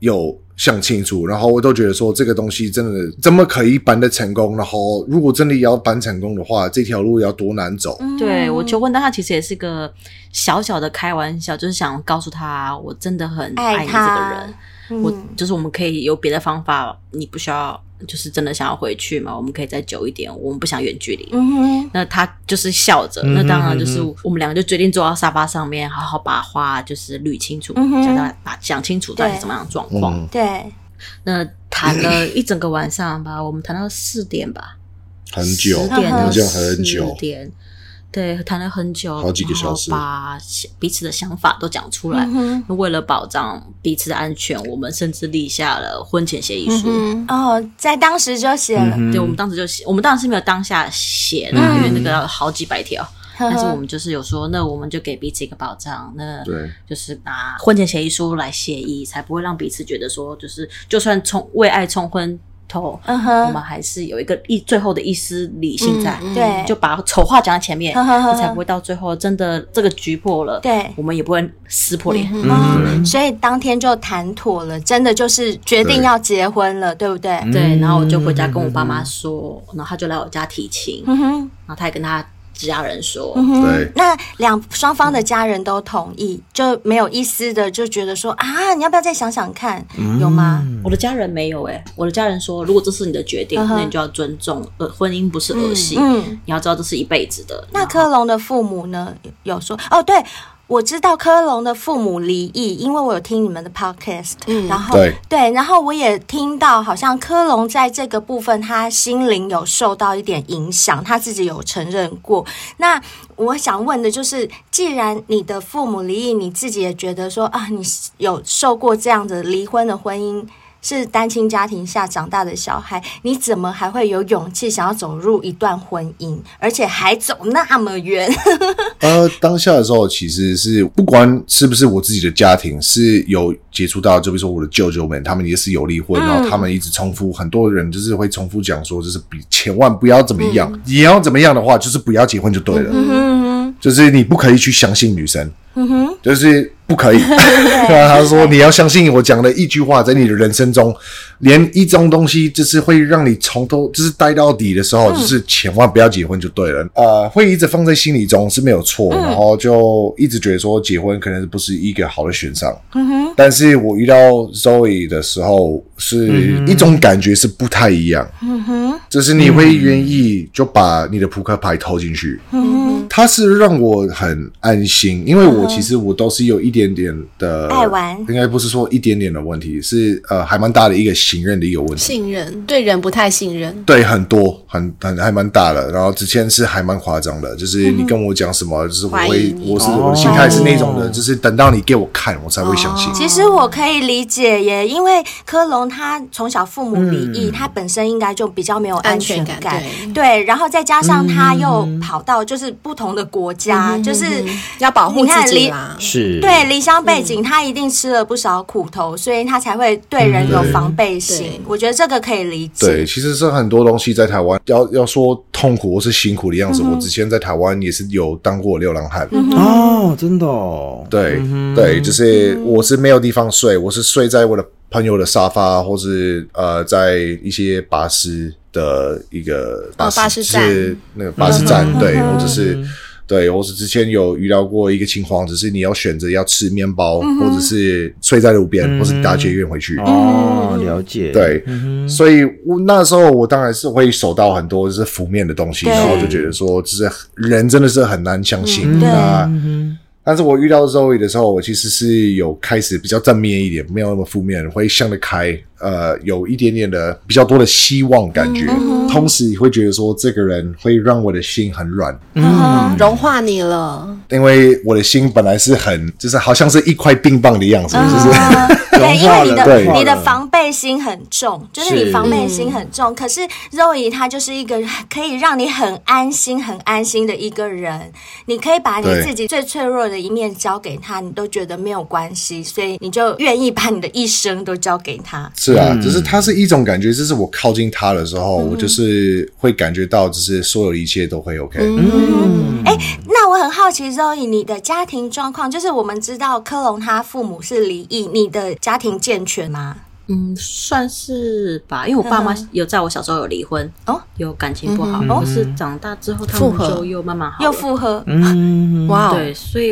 有想清楚，然后我都觉得说这个东西真的怎么可以办得成功，然后如果真的要办成功的话，这条路要多难走。
嗯
对我求婚，但他其实也是个小小的开玩笑，就是想告诉他，我真的很爱
爱
你这个
他
人。我
嗯
就是我们可以有别的方法，你不需要就是真的想要回去嘛，我们可以再久一点，我们不想远距离。
嗯哼，
那他就是笑着，
嗯
那当然就是我们两个就决定坐到沙发上面，好好把话就是捋清楚，
嗯哼
想到把讲清楚到底是什么样的状况。
嗯，
对，
那谈了一整个晚上吧，我们谈到四点吧，
很久，
十点
好
到
像很久
10，点。对，谈了很久，
好几个小时
然后把彼此的想法都讲出来。
嗯
为了保障彼此的安全，我们甚至立下了婚前协议书。
哼，哦，在当时就写了，
嗯
对，我们当时就写，我们当时没有当下写啦，因为那个要好几百条。
嗯呵
但是我
呵，
们就是有说，那我们就给彼此一个保障，那
对
就是拿婚前协议书来协议，才不会让彼此觉得说，就是就算冲为爱冲昏头，
嗯
我们
哼，
还是有一个一最后的一丝理性在，
嗯嗯
对，
就把丑话讲在前面，
呵呵呵
你才不会到最后真的这个局破了，
对
我们也不会撕破脸。
嗯
哦，所以当天就谈妥了，真的就是决定要结婚了，对不对？
对，然后我就回家跟我爸妈说，然后他就来我家提亲，
嗯哼，
然后他也跟他家人说，
嗯哼
对
那两双方的家人都同意，就没有一丝的就觉得说啊，你要不要再想想看，有吗？
我的家人没有哎、我的家人说，如果这是你的决定，
嗯哼
那你就要尊重，呃，婚姻不是儿戏，
嗯，
你要知道这是一辈子的。
那
然后
科隆的父母呢？有说哦，对。我知道科隆的父母离异，因为我有听你们的 podcast，、
嗯
然后
对
然后我也听到，好像科隆在这个部分，他心灵有受到一点影响，他自己有承认过。那我想问的就是，既然你的父母离异，你自己也觉得说啊，你有受过这样的离婚的婚姻，是单亲家庭下长大的小孩，你怎么还会有勇气想要走入一段婚姻，而且还走那么远？
呃，当下的时候其实是不管是不是我自己的家庭是有接触到，就比如说我的舅舅们，他们也是有离婚，然后他们一直重复，很多人就是会重复讲说，就是比千万不要怎么样，你要怎么样的话，就是不要结婚就对了，
嗯
就是你不可以去相信女生，
哼，嗯哼，
就是不可以。啊他说你要相信我讲的一句话，在你的人生中，连一种东西就是会让你从头就是待到底的时候，就是千万不要结婚就对了。呃，会一直放在心里中是没有错，然后就一直觉得说结婚可能不是一个好的选项。但是我遇到 Zoe 的时候，是一种感觉是不太一样。就是你会愿意就把你的扑克牌投进去，它是让我很安心，因为我其实我都是有一点点的
爱玩
应该不是说一点点的问题，是呃还蛮大的一个信任的一个问题，
信任对人不太信任，
对，很多很很还蛮大的，然后之前是还蛮夸张的，就是你跟我讲什么，就是我
怀疑
会
你
我是我的心态是那种的，就是等到你给我看，我才会相信。
其实我
哦
可以理解耶，因为科隆他从小父母离异，他本身应该就比较没有安全感，
嗯安全感
对，然后再加上他又跑到就是不同的国
嗯
家，就是
要保护
你看
自己
离
啦。
是，
对离乡背景，他一定吃了不少苦头，所以他才会对人有防备
嗯
心
对。
我觉得这个可以理解。
对，其实是很多东西在台湾，要要说痛苦或是辛苦的样子，我之前在台湾也是有当过流浪汉，
哦，真的哦，
对、
嗯哼
对，就是我是没有地方睡，我是睡在我的朋友的沙发，或是呃，在一些巴士的一个巴士,、
巴士站
是那个巴士站，对，或者是。对，我是之前有遇到过一个情况，只是你要选择要吃面包，或者是睡在路边，或是搭捷运回去。
嗯哦，
嗯
了解，
对，所以我那时候我当然是会收到很多就是负面的东西，
对
然后就觉得说，就是人真的是很难相信。
对
那但是我遇到 Zoe 的时候，我其实是有开始比较正面一点，没有那么负面，会想得开，呃，有一点点的比较多的希望感
嗯
觉，同时也会觉得说这个人会让我的心很软，
嗯，融化你了，
因为我的心本来是很就是好像是一块冰棒的样子，就是
啊对，因为你
融化
的
了
你的防备心很重，就是你防备心很重。可是 Zoe 她就是一个可以让你很安心、很安心的一个人。你可以把你
对
自己最脆弱的一面交给他，你都觉得没有关系，所以你就愿意把你的一生都交给 他。
是啊，只是它是一种感觉，就是我靠近它的时候，
嗯
我就是会感觉到，就是所有的一切都会 OK。
嗯
哎、那我很好奇，Zoe，你的家庭状况，就是我们知道科隆他父母是离异，你的家庭健全吗？
嗯，算是吧，因为我爸妈有在我小时候有离婚，
嗯哦，嗯
有感情不好，可是长大之后他
复
们
合
就又慢慢好了，
又复合，
嗯，
哇哦，
对，所以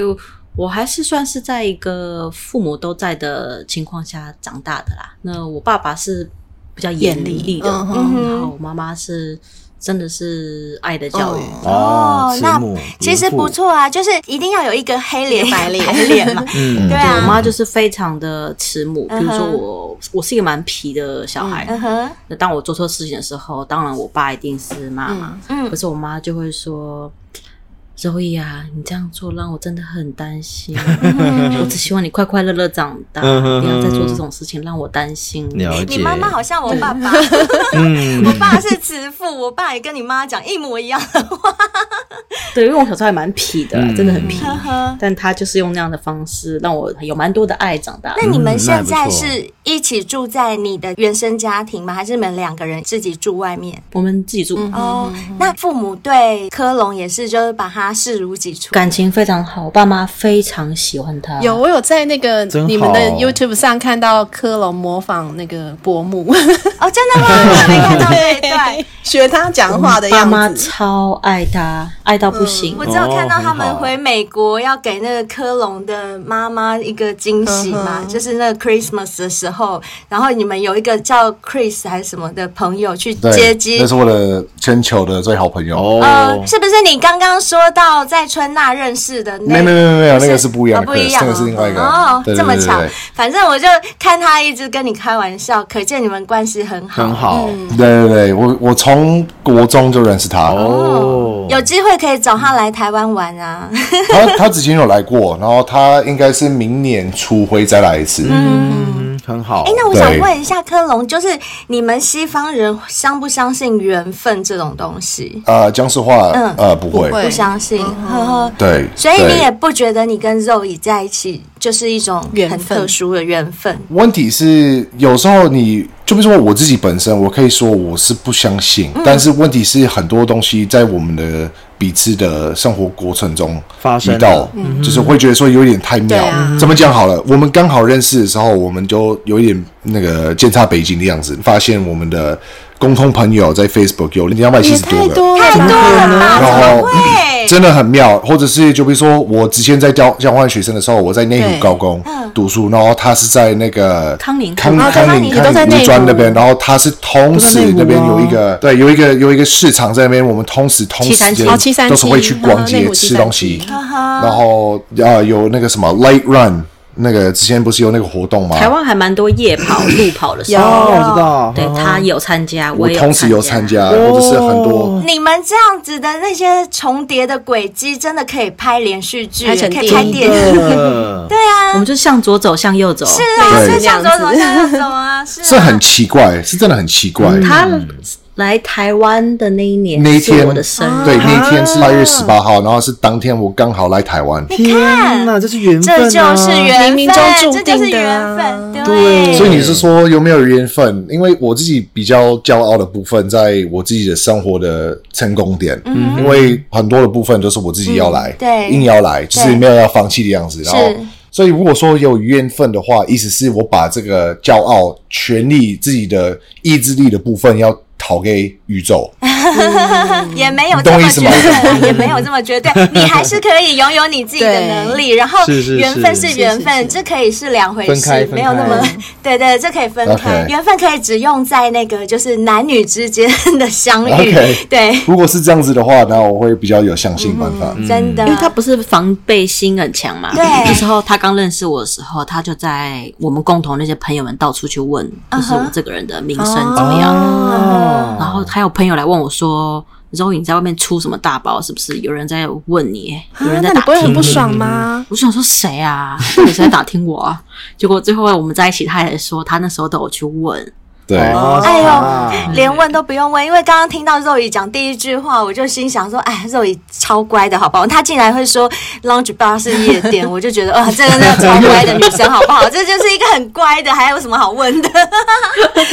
我还是算是在一个父母都在的情况下长大的啦。那我爸爸是比较严厉的，
嗯哼
嗯哼
然后我妈妈是真的是爱的教育。
嗯
哦
哦，慈
那
母
其实
严父
不错啊，就是一定要有一个黑脸、
一个白脸
白脸 嘛。
嗯
对
对我
啊，
妈就是非常的慈母，比如说
嗯哼
我，我是一个蛮皮的小孩。
嗯哼，
那当我做错事情的时候，当然我爸一定是骂嘛，
嗯
可是我妈就会说：“周易啊，你这样做让我真的很担心， 我只希望你快快乐乐长大，
嗯
不要再做这种事情让我担心。
了解。嗯
你妈妈好像我爸 爸，我
嗯
爸是慈父，我爸也跟你妈讲一模一样的话。
对，因为我小时候还蛮痞的啦，
嗯
真的很痞，
呵呵
但他就是用那样的方式让我有蛮多的爱长大。
那你们现
那还
在
不错
是一起住在你的原生家庭吗？还是你们两个人自己住外面？
我们自己住，
嗯
哦，那父母对科隆也是，就是把他视如己出。
感情非常好，我爸妈非常喜欢他。
有，我有在那个
真好
你们的 YouTube 上看到科隆模仿那个伯母，
哦，真 的吗？我没看到这一段。
学他讲话的
爸妈
样子。嗯
超爱他，爱到不行。
我只有看到他
哦很
们
好
回美国要给那个科隆的妈妈一个惊喜嘛，
嗯哼
就是那个 Christmas 的时候，然后你们有一个叫 Chris 还是什么的朋友去接
对，
机
那。是我的铅球的最好朋友。
哦
呃，，是不是你刚刚说到在春娜认识的
没
那？
有没有没有没有，那个
不
是不一样
哦
的
不
Chris，
一样
那个是另外一个。
哦，
对
这么。巧
对对对。
反正我就看他一直跟你开玩笑，可见你们关系很好。
哦
很好
嗯
对对对，我我从国中就认识他，
哦，
有机会可以找他来台湾玩啊！
他他之前有来过，然后他应该是明年初会再来一次。
嗯很好
哎、。那我想
对
问一下科隆，就是你们西方人相不相信缘分这种东西？
呃，僵尸话
嗯
呃不会
不，会
不相信，
嗯
呵呵。
对，
所以你
对
也不觉得你跟肉乙在一起就是一种
缘
很
分
特殊的缘分？
问题是，有时候你就比如说我自己本身，我可以说我是不相信，
嗯
但是问题是很多东西在我们的彼此的生活过程中
发生
遇到，就是会觉得说有点太
嗯对
妙。
啊
怎么讲好了？我们刚好认识的时候，我们就有一点那个见差北京的样子，发现我们的共同朋友在 Facebook 有两百七
也
十多
太
个。
多了
太
吧，
多了吧？怎
然
么
后嗯
会？
真的很妙，或者是就比如说，我之前在交交换学生的时候，我在内湖
对
高工读书，然后他是在那个
康宁
康
哦对
康
康
宁
宁都在内
康宁
湖
五专那边，然后他是同
都在内
时
湖啊
那边有一个对有一个有一个市场在那边，我们同时同时
737
间
哦737
都是会去逛
嗯内
街
湖
吃东西，
737
然后呃有那个什么 Light Run，那个之前不是有那个活动吗？
台湾还蛮多夜跑、路跑的时
有
候，
哦，我知道，
对
嗯
他有参加，
我
也
同时有参
参
加，或者是很多
你们这样子的那些重叠的轨迹，真的可以拍连续剧，
拍成
可以拍
电影
电影。
呃
我们就向左走，向右走。是
是啊，
对
是想走走想走啊，是啊
是很奇怪，是真的很奇怪。
他来台湾的那一年，
那一天
是我的生日，
对，那天是八月十八号，然后是当天我刚好来台湾，
天哪，这是缘分啊，
这就是缘分，
冥冥中注
这就是
定的
缘
啊
分，
对
所以你是说有没有缘分？因为我自己比较骄傲的部分，在我自己的生活的成功点，因为很多的部分都是我自己要来，
嗯对
硬要来，就是
对
没有要放弃的样子。然后，所以如果说有缘分的话，意思是我把这个骄傲、权力、自己的意志力的部分要讨给宇 宙。
也没有这么绝
你懂我 意
对，也没有这么绝对，你还是可以拥有你自己的能力。然后
是是是
缘分是缘分，这可以是两回
分开
事，
分开
没有那么 对对，这可以分开。
OK
缘分可以只用在那个就是男女之间的相遇
OK，
对，嗯
如果是这样子的话，那我会比较有相信办法。
真的
因为他不是防备心很强嘛。
对
那时候他刚认识我的时候，他就在我们共同那些朋友们到处去问，就是我这个人的名声怎么样。然
哦，
后还有朋友来问我说：“周颖在外面出什么大包？是不是有人在问你？有
啊
人
那
在
你
打
不会
听
很不爽吗？
我想说谁啊？到底谁在打听我啊？结果最后我们在一起，他也说他那时候都有去问，
对，
哦
哎呦
嗯
呦，
连问都不用问，因为刚刚听到肉姨讲第一句话，我就心想说，哎，肉姨超乖的好不好？她竟然会说 lounge bar 是夜店，我就 觉得哇，这个那个超乖的女生好不好？这就是一个很乖的，还有什么好问 的？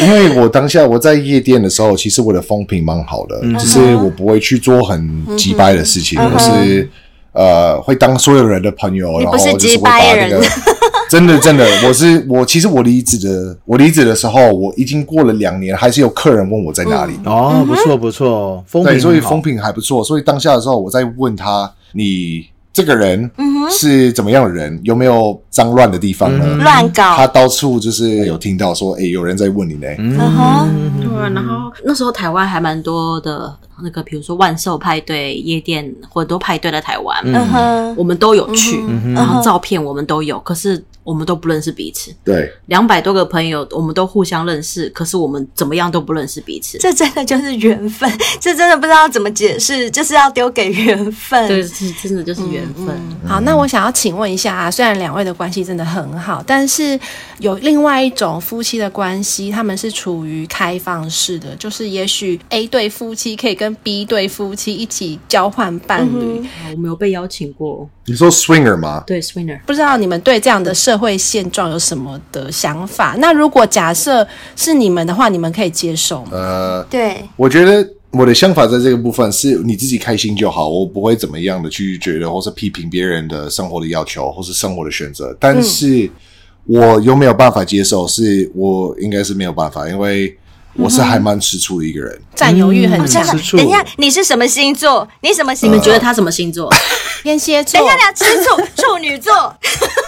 因为我当下我在夜店的时候，其实我的风评蛮好的，
嗯
只是我不会去做
嗯
很鸡掰的事情，我是呃会当所有人的朋友，
你
然
不
后
是
就是
鸡
会把
掰
那
人
个 真的真的，我是我其实我离职的，我离职的时候我已经过了两年，还是有客人问我在哪里，
嗯
哦，不错不错，风
对，
评
所以
很好
风评还不错，所以当下的时候我在问他，你这个人
嗯
是怎么样的人，有没有脏乱的地方呢？
乱搞
他到处就是有听到说，哎、有人在问你呢。
嗯哼
对、然后那时候台湾还蛮多的那个，比如说万寿派对、夜店，很多派对在台湾，
嗯哼，
我们都有去，
哼
然后照片我们都有，可是我们都不认识彼此。
对，
两百多个朋友，我们都互相认识，可是我们怎么样都不认识彼此。
这真的就是缘分，这真的不知道怎么解释，就是要丢给缘分。
对，是真的嗯就是缘分。
好，那我想要请问一下啊，虽然两位的关系真的很好，但是有另外一种夫妻的关系，他们是处于开放式的，就是也许 A 对夫妻可以跟 B 对夫妻一起交换伴
嗯
侣。
啊我没有被邀请过，
你说 swinger 吗？
对，Swinner。
不知道你们对这样的社会现状有什么的想法？那如果假设是你们的话，你们可以接受吗？
呃，
嗯
对，
我觉得我的想法在这个部分是你自己开心就好，我不会怎么样的去觉得或是批评别人的生活的要求或是生活的选择，但是我有没有办法接受，是我应该是没有办法，因为我是还蛮吃醋的一个人。
占有欲很
嗯
强，
吃醋
等一下，你是什么星座？你什么星
你
座？
们觉得他哦什么星座？
天蝎座
等一下，俩吃醋，处女座。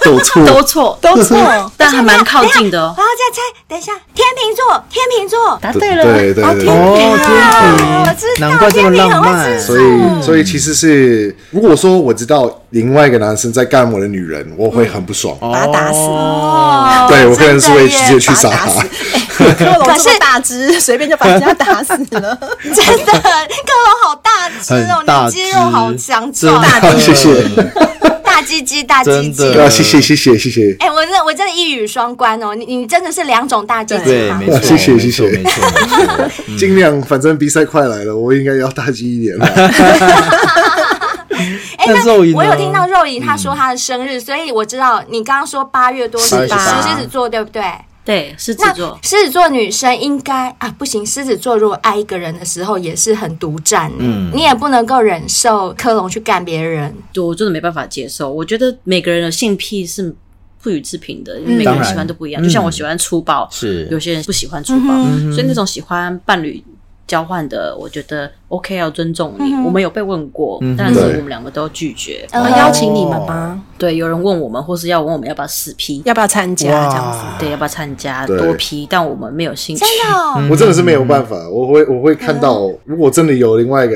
我
都错，
都错，
都
啊
错。
哦但还蛮靠近的哦。
要再猜，等一下，天秤座，天秤座。
答
对
对了，
对对对对。
哦，
啊哎我
天
知
平，
道
难怪这么浪漫
天。平很会吃醋
所以，所以其实是，如果说我知道另外一个男生在干我的女人，我会很不爽。
把他打死，
哦
对我个人是
真的
会
耶
直接去
把他
杀
打
他
死。。哎 柯龙
可
这
是
么大只，随便就把人家打死了。
真的，克隆好大只哦，
很
你
大
的肌肉好强
真
壮，
的
谢谢，
大鸡鸡，大鸡鸡
真。
对
的
啊，谢谢，谢谢，谢谢。
哎、我真的我真的一语双关哦，你你真的是两种大鸡鸡
对，
吗哎
没？错，
谢谢
没
谢
错
谢
没错，没错
尽量，反正比赛快来了，我应该要大击一点了。
哎、
那肉
那
莹呢
我有听到肉莹她说她的生日，所以我知道你刚刚说八月多
18
是狮子座对不对？
对，狮子
那
座。
狮子座女生应该啊不行，狮子座如果爱一个人的时候也是很独占，嗯，你也不能够忍受科隆去干别人，
对我真的没办法接受。我觉得每个人的性癖是不予置评的，因为每个
当
人
然
喜欢都不一样。就像
嗯
我喜欢粗暴，
是
有些人不喜欢粗暴，所以那种喜欢伴侣交换的，我觉得 OK 要尊重你。我们有被问过，但是
对
我们两个都拒绝。
我呃
哦
邀请你们吗？
对，有人问我们，或是要问我们要不要死批，
要不要参加？这样子
哇
对，要不要参加
对
多批，但我们没有兴趣
真。的、哦。
我真的是没有办法，我会我会看到，
嗯
如果真的有另外一个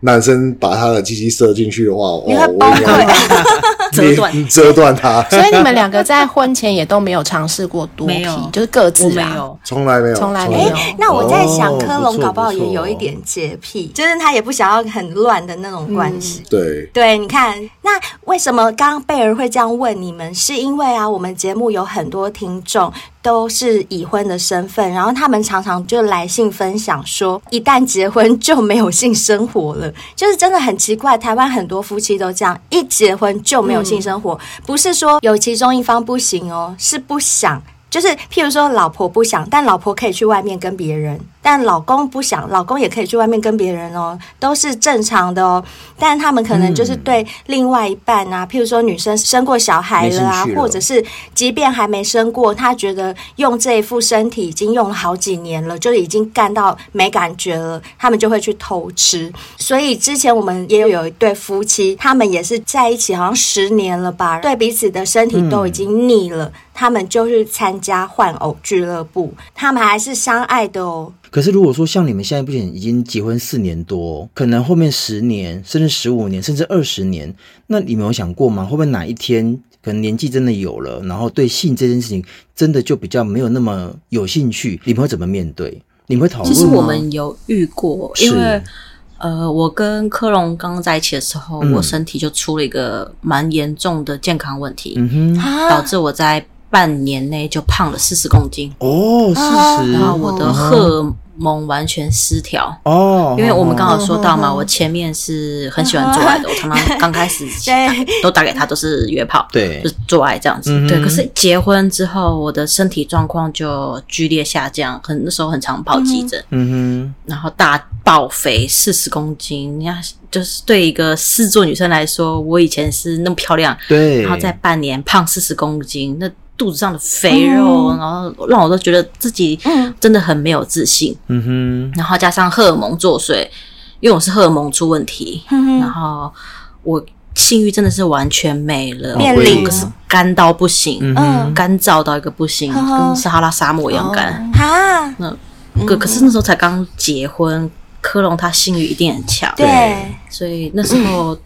男生把他的鸡鸡射进去的话，哦，
你会崩
我应该
折断
你 折断他，
所以你们两个在婚前也都没有尝试过 多
没
批
有，
就是各
我
自
没
啊。
有，
从来没有，
从来没
没
有
有。
哎那我在想，
哦
科
不
隆
错
搞不好
不错
也有一点洁癖，就是他也不想要很乱的那种关系。
对，
对，你看，那为什么刚刚贝儿会这样问你们？是因为啊，我们节目有很多听众都是已婚的身份，然后他们常常就来信分享说，一旦结婚就没有性生活了， 就是真的很奇怪。台湾很多夫妻都这样，一结婚就没有性生活，不是说有其中一方不行哦，是不想。就是，譬如说，老婆不想，但老婆可以去外面跟别人；但老公不想，老公也可以去外面跟别人哦，都是正常的哦。但他们可能
嗯
就是对另外一半啊，譬如说女生生过小孩了啊
没兴，趣了
或者是即便还没生过，她觉得用这一副身体已经用了好几年了，就是已经干到没感觉了，他们就会去偷吃。所以之前我们也有有一对夫妻，他们也是在一起好像十年了吧，对彼此的身体都已经腻了，他们就去参加换偶俱乐部，他们还是相爱的哦。
可是如果说像你们现在不仅已经结婚四年多，可能后面十年，甚至十五年，甚至二十年，那你们有想过吗？会不会哪一天可能年纪真的有了，然后对性这件事情真的就比较没有那么有兴趣？你们会怎么面对？你们会讨论
其
吗？
实我们有遇过，因为
是
呃，我跟科隆刚在一起的时候，
嗯
我身体就出了一个蛮严重的健康问题，
嗯哼，
导
啊，
致我在半年内就胖了四十公斤，
哦，事实
然后啊我的荷尔蒙完全失调。
哦，
因为我们刚好说到嘛，我前面是很喜欢做爱的，我常常刚开始
对
都打给他都是约炮，
对
就是做爱这样子。
嗯哼
对，可是结婚之后，我的身体状况就剧烈下降，很那时候很常跑急诊，
嗯
然后大爆肥四十公斤，你看，就是对一个狮子座女生来说，我以前是那么漂亮，
哼，对，
然后在半年胖四十公斤，那肚子上的肥肉，然后让我都觉得自己真的很没有自信，
嗯哼，
然后加上荷尔蒙作祟，因为我是荷尔蒙出问题，
嗯
嗯
然
啊
后我性欲真的是完全没了，
变
我
零
可是干到不行，
嗯
嗯
哼，
干燥到一个不行，
哦
跟撒哈拉沙漠一样干。
啊，
可可是那时候才刚结婚，科隆他性欲一定很强，
对。
所以那时候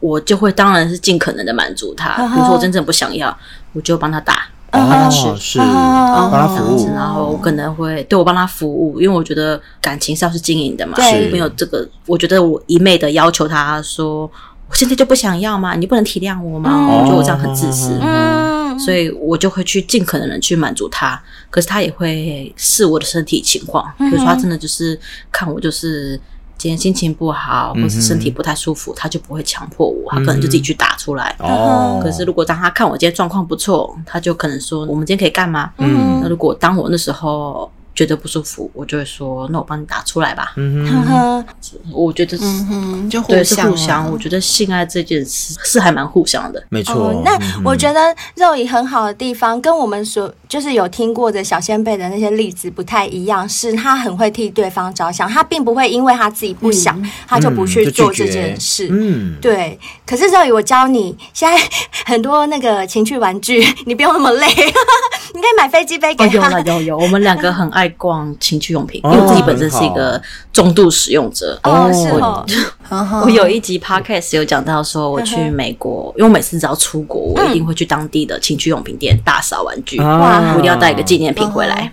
我就会当然是尽可能的满足他。
嗯
比如说我真正不想要，我就帮他打，帮他啊吃。
哦，是帮他
这样
服
子
哦
务，
然后我可能会对我帮他服务，因为我觉得感情是要去经营的嘛，
对
是没有这个，我觉得我一昧的要求他说，我现在就不想要嘛，你不能体谅我嘛，
嗯
我觉得我这样很自私，
嗯，
所以我就会去尽可能的去满足他，可是他也会视我的身体情况，
嗯
比如说他真的就是看我就是。今天心情不好，或是身
嗯
体不太舒服，他就不会强迫我，他可能就自己去打出来。
哦，
可是如果当他看我今天状况不错，他就可能说：“我们今天可以干嘛？”
嗯
那如果当我那时候觉得不舒服，我就会说：“那我帮你打出来吧。
嗯
呵
哼
呵，
我觉得是、
嗯哼，就互
对是
相啊
互相，我觉得性爱这件事是还蛮互相的。
没
哦
错，。
那
嗯
我觉得肉姨很好的地方，跟我们所就是有听过的小先辈的那些例子不太一样，是他很会替对方着想，他并不会因为他自己不想，他就不去
嗯就
做
拒
这
绝
件事。
嗯，
对，可是肉姨，我教你，现在很多那个情趣玩具，你不用那么累， 你可以买飞机杯
哦，
给
有
他。
了有有，我们两个很爱逛情趣用品，
哦
因为我自己本身是一个重度使用者。
哦，是哦，
嗯哼
我有一集 podcast 有讲到说，我去美国，
嗯
因为我每次只要出国，我一定会去当地的情趣用品店大扫玩具，
哇
我一定要带一个纪念品回
嗯
来。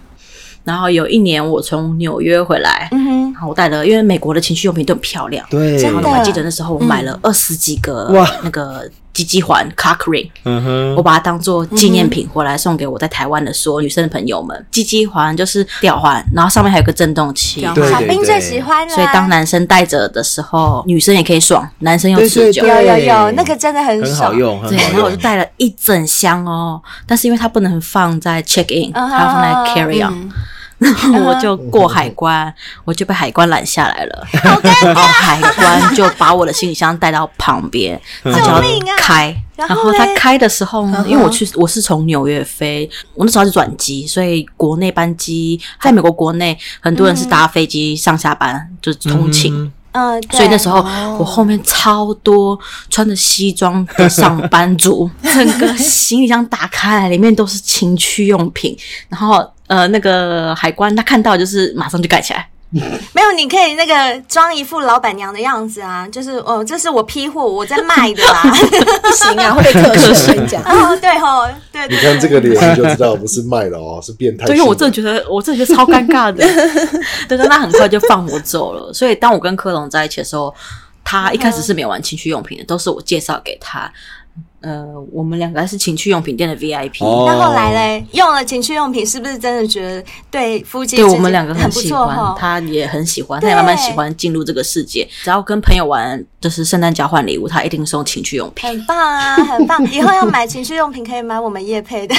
然后有一年我从纽约回来，
嗯哼，
然后我带了，因为美国的情趣用品都很漂亮，
对，
真
然
的
后我还记得那时候我买了二十几个
哇
那个鸡鸡环 cock ring，
嗯哼，
我把它当做纪念品回来送给我在台湾的所有女生的朋友们。鸡鸡环就是吊环，然后上面还有个震动器，
吊环
对
小
对
兵
对
最喜欢了。
所以当男生戴着的时候，女生也可以爽，男生又持久。
对
有有
对
有，那个真的很
很
少
好。用，很
对，
好
然后我就
用，
带了一整箱哦，但是因为它不能放在 check in，
啊
它要放在 carry on，、然
嗯
后 我就过海关，我就被海关拦下来了，然后海关就把我的行李箱带到旁边，他就要
救命啊
开。
然
然
后
后他
嘞嗯
开的时候呢，因为我去我是从纽约飞，我那时候是转机，所以国内班机在美国国内很多人是搭飞机上下班，就是通勤。
嗯，对
所以那时候我后面超多穿着西装的上班族， 整个行李箱打开来，里面都是情趣用品。然后呃，那个海关他看到就是马上就盖起来，
没有，你可以那个装一副老板娘的样子啊，就是哦，这是我批货，我在卖的 啦。
不行啊，会被克数这样。
哦，对吼，对
你
对
看这个脸你就知道不是卖的哦，是变态性。
对，因为我真的觉得我真的觉得超尴尬的。 对，但他很快就放我走了。所以当我跟科隆在一起的时候，他一开始是没有玩情趣用品的，都是我介绍给他。呃，我们两个是情趣用品店的 VIP，、
哦
那后来嘞，用了情趣用品，是不是真的觉得对夫妻
对
之
我
间
们两个
很不
喜
错
欢，
哈？
他也很喜欢，
对
他也慢慢喜欢进入这个世界。只要跟朋友玩，就是圣诞交换礼物，他一定送情趣用 品。
很棒啊，很 棒！以后要买情趣用品，可以买我们叶配的。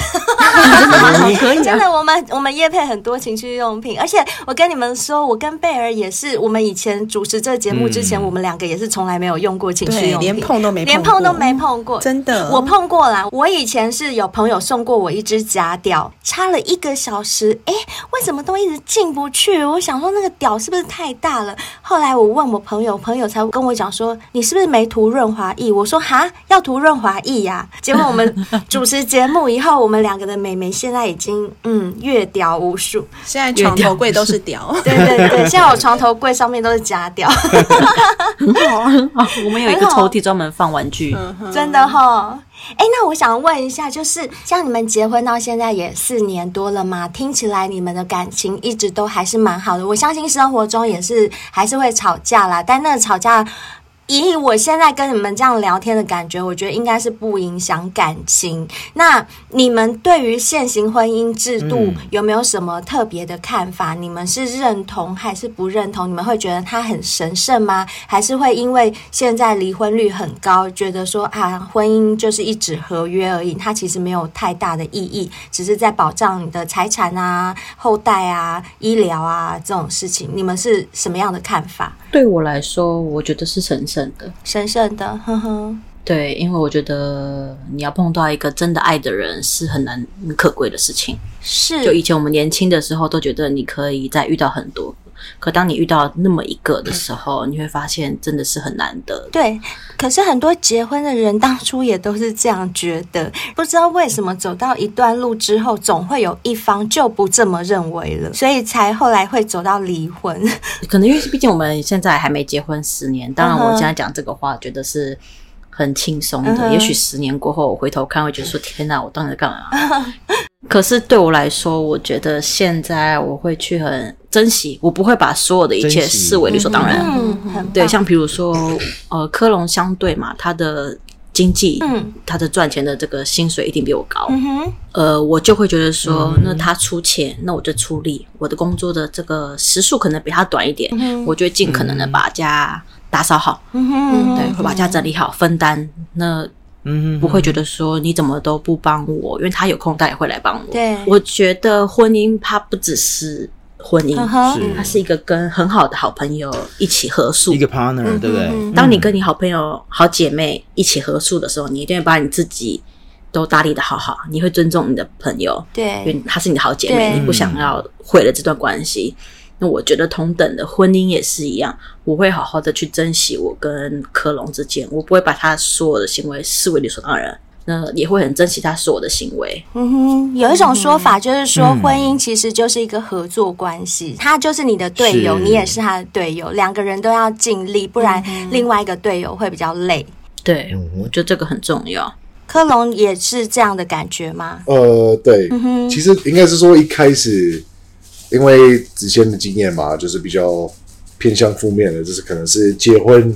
可以啊
真的，我们我们叶配很多情趣用品，而且我跟你们说，我跟贝尔也是，我们以前主持这节目之前，
嗯
我们两个也是从来没有用过情趣
对，
用品，
连碰都没碰，
连碰都没，碰过，
真的。
我碰过啦，我以前是有朋友送过我一只假屌，插了一个小时，诶，为什么都一直进不去？我想说那个屌是不是太大了？后来我问我朋友，朋友才跟我讲说，你是不是没涂润滑液？我说哈，要涂润滑液呀、结果 我们主持节目以后，我们两个的美眉现在已经嗯月屌无数，
现在床头柜都是屌，
对对对，现在我床头柜上面都是假屌，
很好啊，很
哦
好。我们有一个抽屉专门放玩具，
真的哈。哎，那我想问一下，就是像你们结婚到现在也四年多了嘛，听起来你们的感情一直都还是蛮好的。我相信生活中也是还是会吵架啦，但那个吵架，以我现在跟你们这样聊天的感觉，我觉得应该是不影响感情。那你们对于现行婚姻制度
嗯
有没有什么特别的看法？你们是认同还是不认同？你们会觉得它很神圣吗？还是会因为现在离婚率很高，觉得说啊，婚姻就是一纸合约而已，它其实没有太大的意义，只是在保障你的财产啊、后代啊、医疗啊这种事情。你们是什么样的看法？
对我来说，我觉得是神圣的。
神圣的，呵呵，
对，因为我觉得你要碰到一个真的爱的人是很难、很可贵的事情。
是
就以前我们年轻的时候，都觉得你可以再遇到很多，可当你遇到那么一个的时候，你会发现真的是很难得。
对，可是很多结婚的人当初也都是这样觉得，不知道为什么走到一段路之后，总会有一方就不这么认为了，所以才后来会走到离婚。
可能因为毕竟我们现在还没结婚十年，当然
嗯哼
我现在讲这个话，觉得是很轻松
嗯
的。也许十年过后，我回头看会觉得说：“天哪，我当时干嘛？” 可是对我来说，我觉得现在我会去很珍惜，我不会把所有的一切
珍惜
视为理所当然。
嗯，很棒
对，像比如说，呃，科隆相对嘛，它的经济，
嗯，
它的赚钱的这个薪水一定比我高，
嗯哼，
呃，我就会觉得说，
嗯
那他出钱，那我就出力，我的工作的这个时数可能比他短一点，我就会尽可能的把家打扫好，
嗯哼，
对，会把家整理好，分担，那
嗯，
不会觉得说你怎么都不帮我，因为他有空他也会来帮我。
对
我觉得婚姻它不只是婚姻，
嗯哼，
是
它是一个跟很好的好朋友一起合宿
一。个嗯
嗯
partner，对不对？
当你跟你好朋友、好姐妹一起合宿的时候，你一定会把你自己都打理的好好，你会尊重你的朋友，因
对
为她是你的好姐
对
妹，你不想要毁了这段关系。那我觉得同等的婚姻也是一样，我会好好的去珍惜我跟科隆之间，我不会把他所有的行为视为理所当然，那也会很珍惜他所有的行为。
嗯哼，有一种说法就是说，婚姻其实就是一个合作关系，他就是你的队友，
是
你也是他的队友，两个人都要尽力，不然另外一个队友会比较累。
对，我觉得这个很重要。
科隆也是这样的感觉吗？
呃，对，其实应该是说一开始，因为之前的经验嘛，就是比较偏向负面的，就是可能是结婚，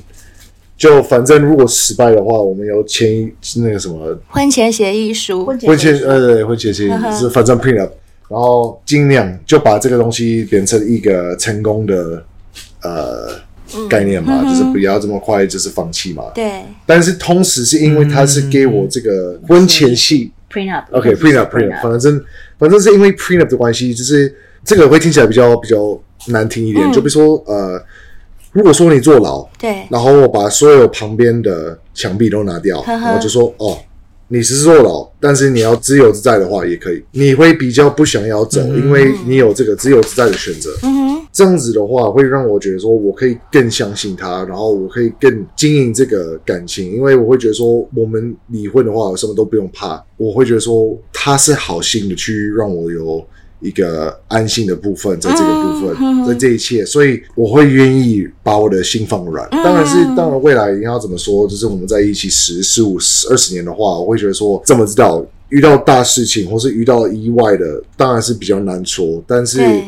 就反正如果失败的话，我们有签一那个什么
婚前协议书，
婚前呃对婚前协议是反正 prenup，然后尽量就把这个东西变成一个成功的呃概念嘛，就是不要这么快就是放弃嘛。
对，
但是同时是因为他是给我这个婚前戏。
Prenup
OK prenup
啊
prenup，反正反正是因为 prenup 的关系，就是这个会听起来比较比较难听一点。就比如说呃，如果说你坐牢，
嗯对，
然后我把所有旁边的墙壁都拿掉，
呵呵
然后就说哦，你是坐牢，但是你要自由自在的话也可以。你会比较不想要走，
嗯
因为你有这个自由自在的选择。这样子的话，会让我觉得说我可以更相信他，然后我可以更经营这个感情，因为我会觉得说我们离婚的话，我什么都不用怕，我会觉得说他是好心的去让我有。一个安心的部分，在这个部分，在这一切，所以我会愿意把我的心放软。当然是，当然未来你要怎么说，就是我们在一起十、十五、十二十年的话，我会觉得说，怎么知道遇到大事情或是遇到意外的，当然是比较难说，但是
对。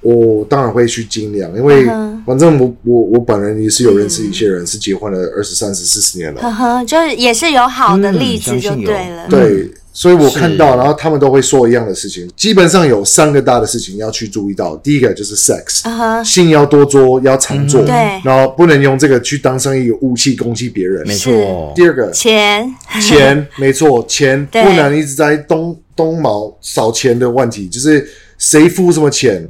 我哦当然会去尽量，因为反正我我我本人也是有认识一些人是结婚了二十三十四十年了，
呵呵，就是也是有好的
嗯
例子
相
就
信有
对了。
对，所以我看到，
是
然后他们都会说一样的事情。基本上有三个大的事情要去注意到，第一个就是 sex，、
嗯哼
性要多做，要常做，
对
然后不能用这个去当成一个武器攻击别人。
没
是
错，
第二个
钱，
钱，没错，钱不
对
能一直在东东毛少钱的问题，就是谁付什么钱，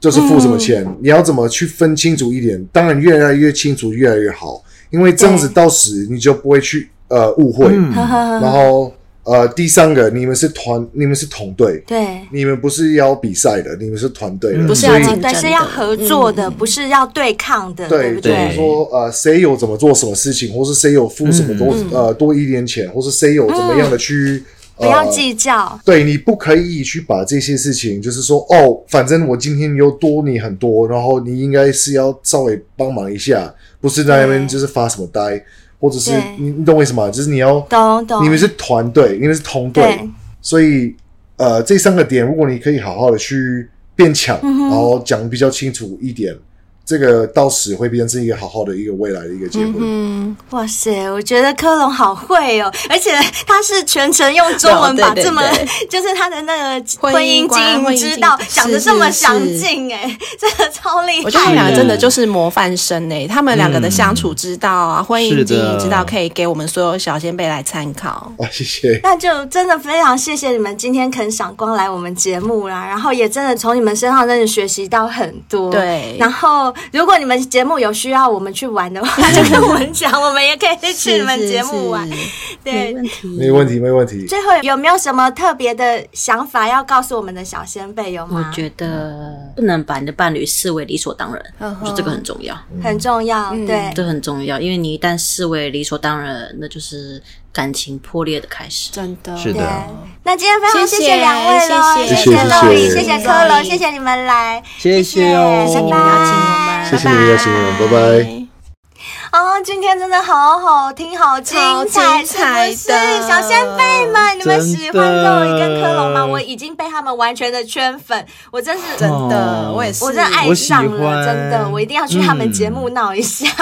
就是付什么钱，你要怎么去分清楚一点？当然越来越清楚越来越好，因为这样子
对
到时你就不会去呃误会。
呵呵
嗯然后呃，第三个，你们是团，你们是同队，
对，
你们不是要比赛的，你们是团队的，
嗯不
是
所
要
以
竞争
对，
的
是要合作
嗯
的，不是要对抗的，
对
不
就是
对？
说呃，谁有怎么做什么事情，或是谁有付什么多、呃多一点钱，或是谁有怎么样的去、
不要
呃
计较，
对你不可以去把这些事情，就是说哦，反正我今天又多你很多，然后你应该是要稍微帮忙一下，不是在那边
对
就是发什么呆，或者是
对
你你懂我意思吗？就是你要
懂懂
你们是团队，你们是同队
对，
所以呃，这三个点，如果你可以好好的去变强，
嗯
然后讲比较清楚一点，这个到时会变成一个好好的一个未来的一个结婚。
嗯，
哇塞，我觉得科隆好会哦，而且他是全程用中文把
哦
对对
这么
对
就是他的那个
婚
婚
姻
姻
观
经
婚
营
姻
之
经
道
是
讲的这么
是
详
是
尽哎， 这个超厉害的。
我觉得他们两个真的就是模范生诶、他们两个的相处之道啊，婚
是
姻
的
经营之道，可以给我们所有小先辈来参考。
啊，谢谢。
那就真的非常谢谢你们今天肯赏光来我们节目啦，然后也真的从你们身上真的学习到很多。
对
然后如果你们节目有需要我们去玩的话，就跟我们讲，我们也可以去你们节目玩。
是是
对，
没问题，没问题。
最后有没有什么特别的想法要告诉我们的小先辈有
我
吗？
觉得不能把你的伴侣视为理所当然，我觉得这个很重要。
很重要，对
这很重要，因为你一旦视为理所当然，那就是感情破裂的开始。
真的，
是
对
的，。
那今天非常
谢
谢
谢
谢两位喽，
谢
谢
谢露丽，谢
谢谢
谢科罗，谢谢你们来。
谢谢哦，
谢谢
邀请我们
谢谢你们邀请我们，拜拜。
哦，哦，今天真的好好听，好精
超精
彩，
彩
是不
的
是？小先辈们，你们喜
真
欢肉
的
鱼跟科隆吗？我已经被他们完全的圈粉，我真是
真的，我也是，
哦我真的爱
我喜
上
欢
了，真的，我一定要去他们节目闹一下，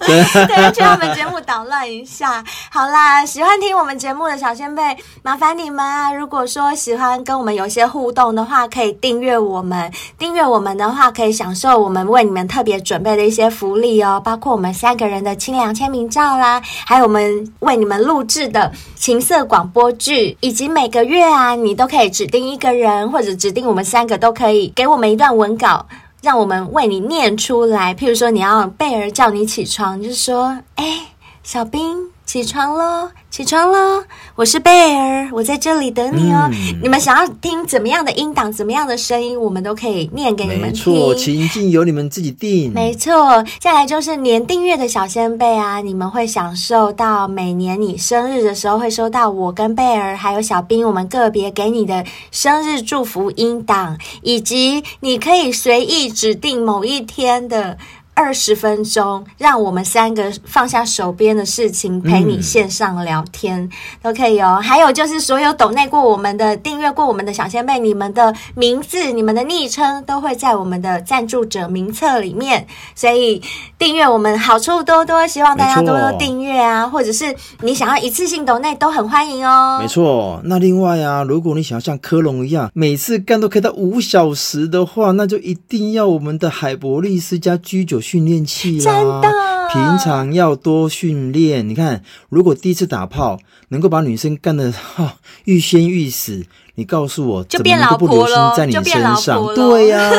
对，去他们节目捣乱一下。好啦，喜欢听我们节目的小先辈，麻烦你们啊，如果说喜欢跟我们有一些互动的话，可以订阅我们，订阅我们的话可以享受我们为你们特别准备的一些福利哦，包括我们三个人的清凉签名照啦，还有我们为你们录制的情色广播剧，以及每个月啊，你都可以指定一个人或者指定我们三个都可以给我们一段文稿。让我们为你念出来。譬如说，你要贝儿叫你起床，你就说：“哎，小兵，起床喽，起床喽，我是贝儿，我在这里等你哦。
嗯
你们想要听怎么样的音档，怎么样的声音，我们都可以念给你
没
们听。
错，情境由你们自己定。
没错，再来就是年订阅的小先贝啊，你们会享受到每年你生日的时候会收到我跟贝儿还有小兵我们个别给你的生日祝福音档，以及你可以随意指定某一天的。二十分钟，让我们三个放下手边的事情，陪你线上聊天、都可以哦。还有就是，所有抖内过我们的、订阅过我们的小先辈，你们的名字、你们的昵称都会在我们的赞助者名册里面，所以订阅我们好处多多，希望大家
没错
多多订阅啊，或者是你想要一次性抖内都很欢迎哦。
没错，那另外啊，如果你想要像科隆一样，每次干都可以到五小时的话，那就一定要我们的海博利斯加 G 九训练器啦。
真的
平常要多训练。你看，如果第一次打炮能够把女生干得 哈、欲仙欲死，你告诉我
就
怎么
变
能够不
老婆
留心
咯
在你
就变老
身
婆咯
上？对呀、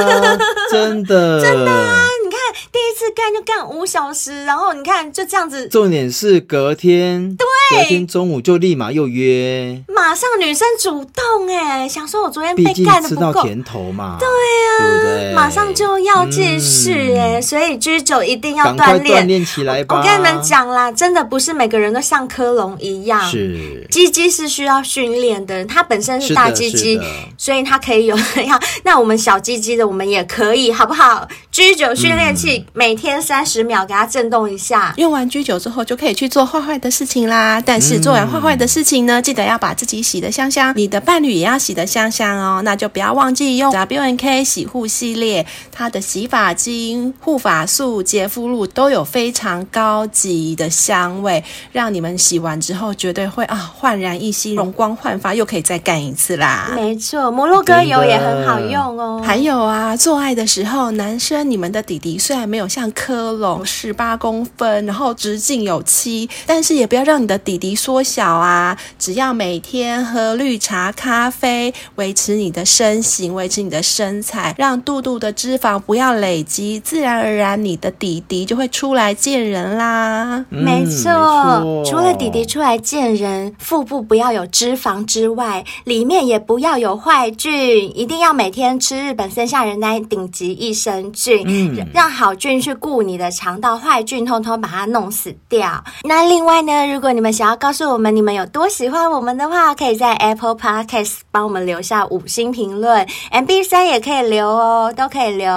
真的，真的、
你看第一次干就干五小时，然后你看就这样子，
重点是隔天，对，隔天中午就立马又约。
马上女生主动哎、想说我昨天
毕
被
竟
干的
吃
不
到
够，啊
甜头嘛，对呀、对不对？
马上就要继续哎、所以居酒一定要
嗯赶
锻
快
炼。
锻炼起来吧。
我跟你们，讲啦，真的不是每个人都像科隆一样。
是
鸡鸡是需要训练的，它本身是
是的
大鸡
是
鸡
的，
所以它可以有 要。那我们小鸡鸡的，我们也可以，好不好？G 九训练
嗯
器、每天三十秒，给它震动一下。
用完居酒之后，就可以去做坏坏的事情啦。但是做完坏坏的事情呢，记得要把自己洗得香香，你的伴侣也要洗得香香哦。那就不要忘记用 W N K 洗护系列，它的洗发精、护发素、洁肤露都有非常高级的香味，让你们洗完之后绝对会啊焕然一新，容光焕发，又可以再干一次啦。
没错，摩洛哥油也很好
嗯真的
用哦。
还有啊，做爱的时候，男生你们的底底虽然没有像科隆十八公分，然后直径有七，但是也不要让你的底底缩小啊。只要每天喝绿茶、咖啡，维持你的身形，维持你的身材，让肚肚的脂肪不要累积，自然而然你的底底就会出来见人啦。
嗯
没错，
没
除了弟弟出来见人，腹部不要有脂肪之外，里面也不要有坏菌，一定要每天吃日本森下仁丹顶级益生菌，
嗯
让好菌去顾你的肠道，坏菌通通把它弄死掉。那另外呢，如果你们想要告诉我们你们有多喜欢我们的话，可以在 Apple Podcast 帮我们留下五星评论，MB 三也可以留哦，都可以留。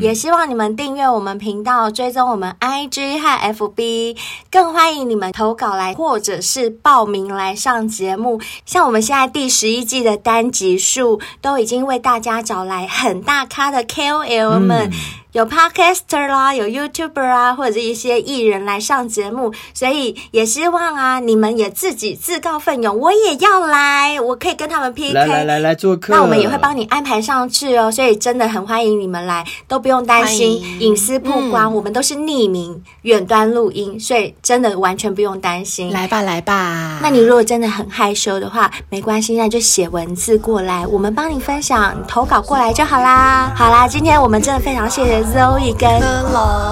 也希望你们订阅我们频道，追踪我们 IG 和 FB，更欢迎你们投稿来或者是报名来上节目。像我们现在第十一季的单集数，都已经为大家找来很大咖的 KOL
嗯
们。有 podcaster 啦，有 YouTuber 啊，或者是一些艺人来上节目，所以也希望啊，你们也自己自告奋勇，我也要来，我可以跟他们 PK。
嗯来来来来做客，
那我们也会帮你安排上去哦，所以真的很欢迎你们来，都不用担心
欢迎嗯
隐私曝光，我们都是匿名远端录音，所以真的完全不用担心。
来吧，来吧，
那你如果真的很害羞的话，没关系，那就写文字过来，我们帮你分享，你投稿过来就好啦。好啦，今天我们真的非常谢谢 Zoe 跟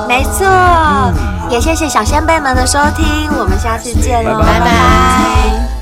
没错，
嗯
也谢谢小先辈们的收听，我们下次见喽，
拜拜
拜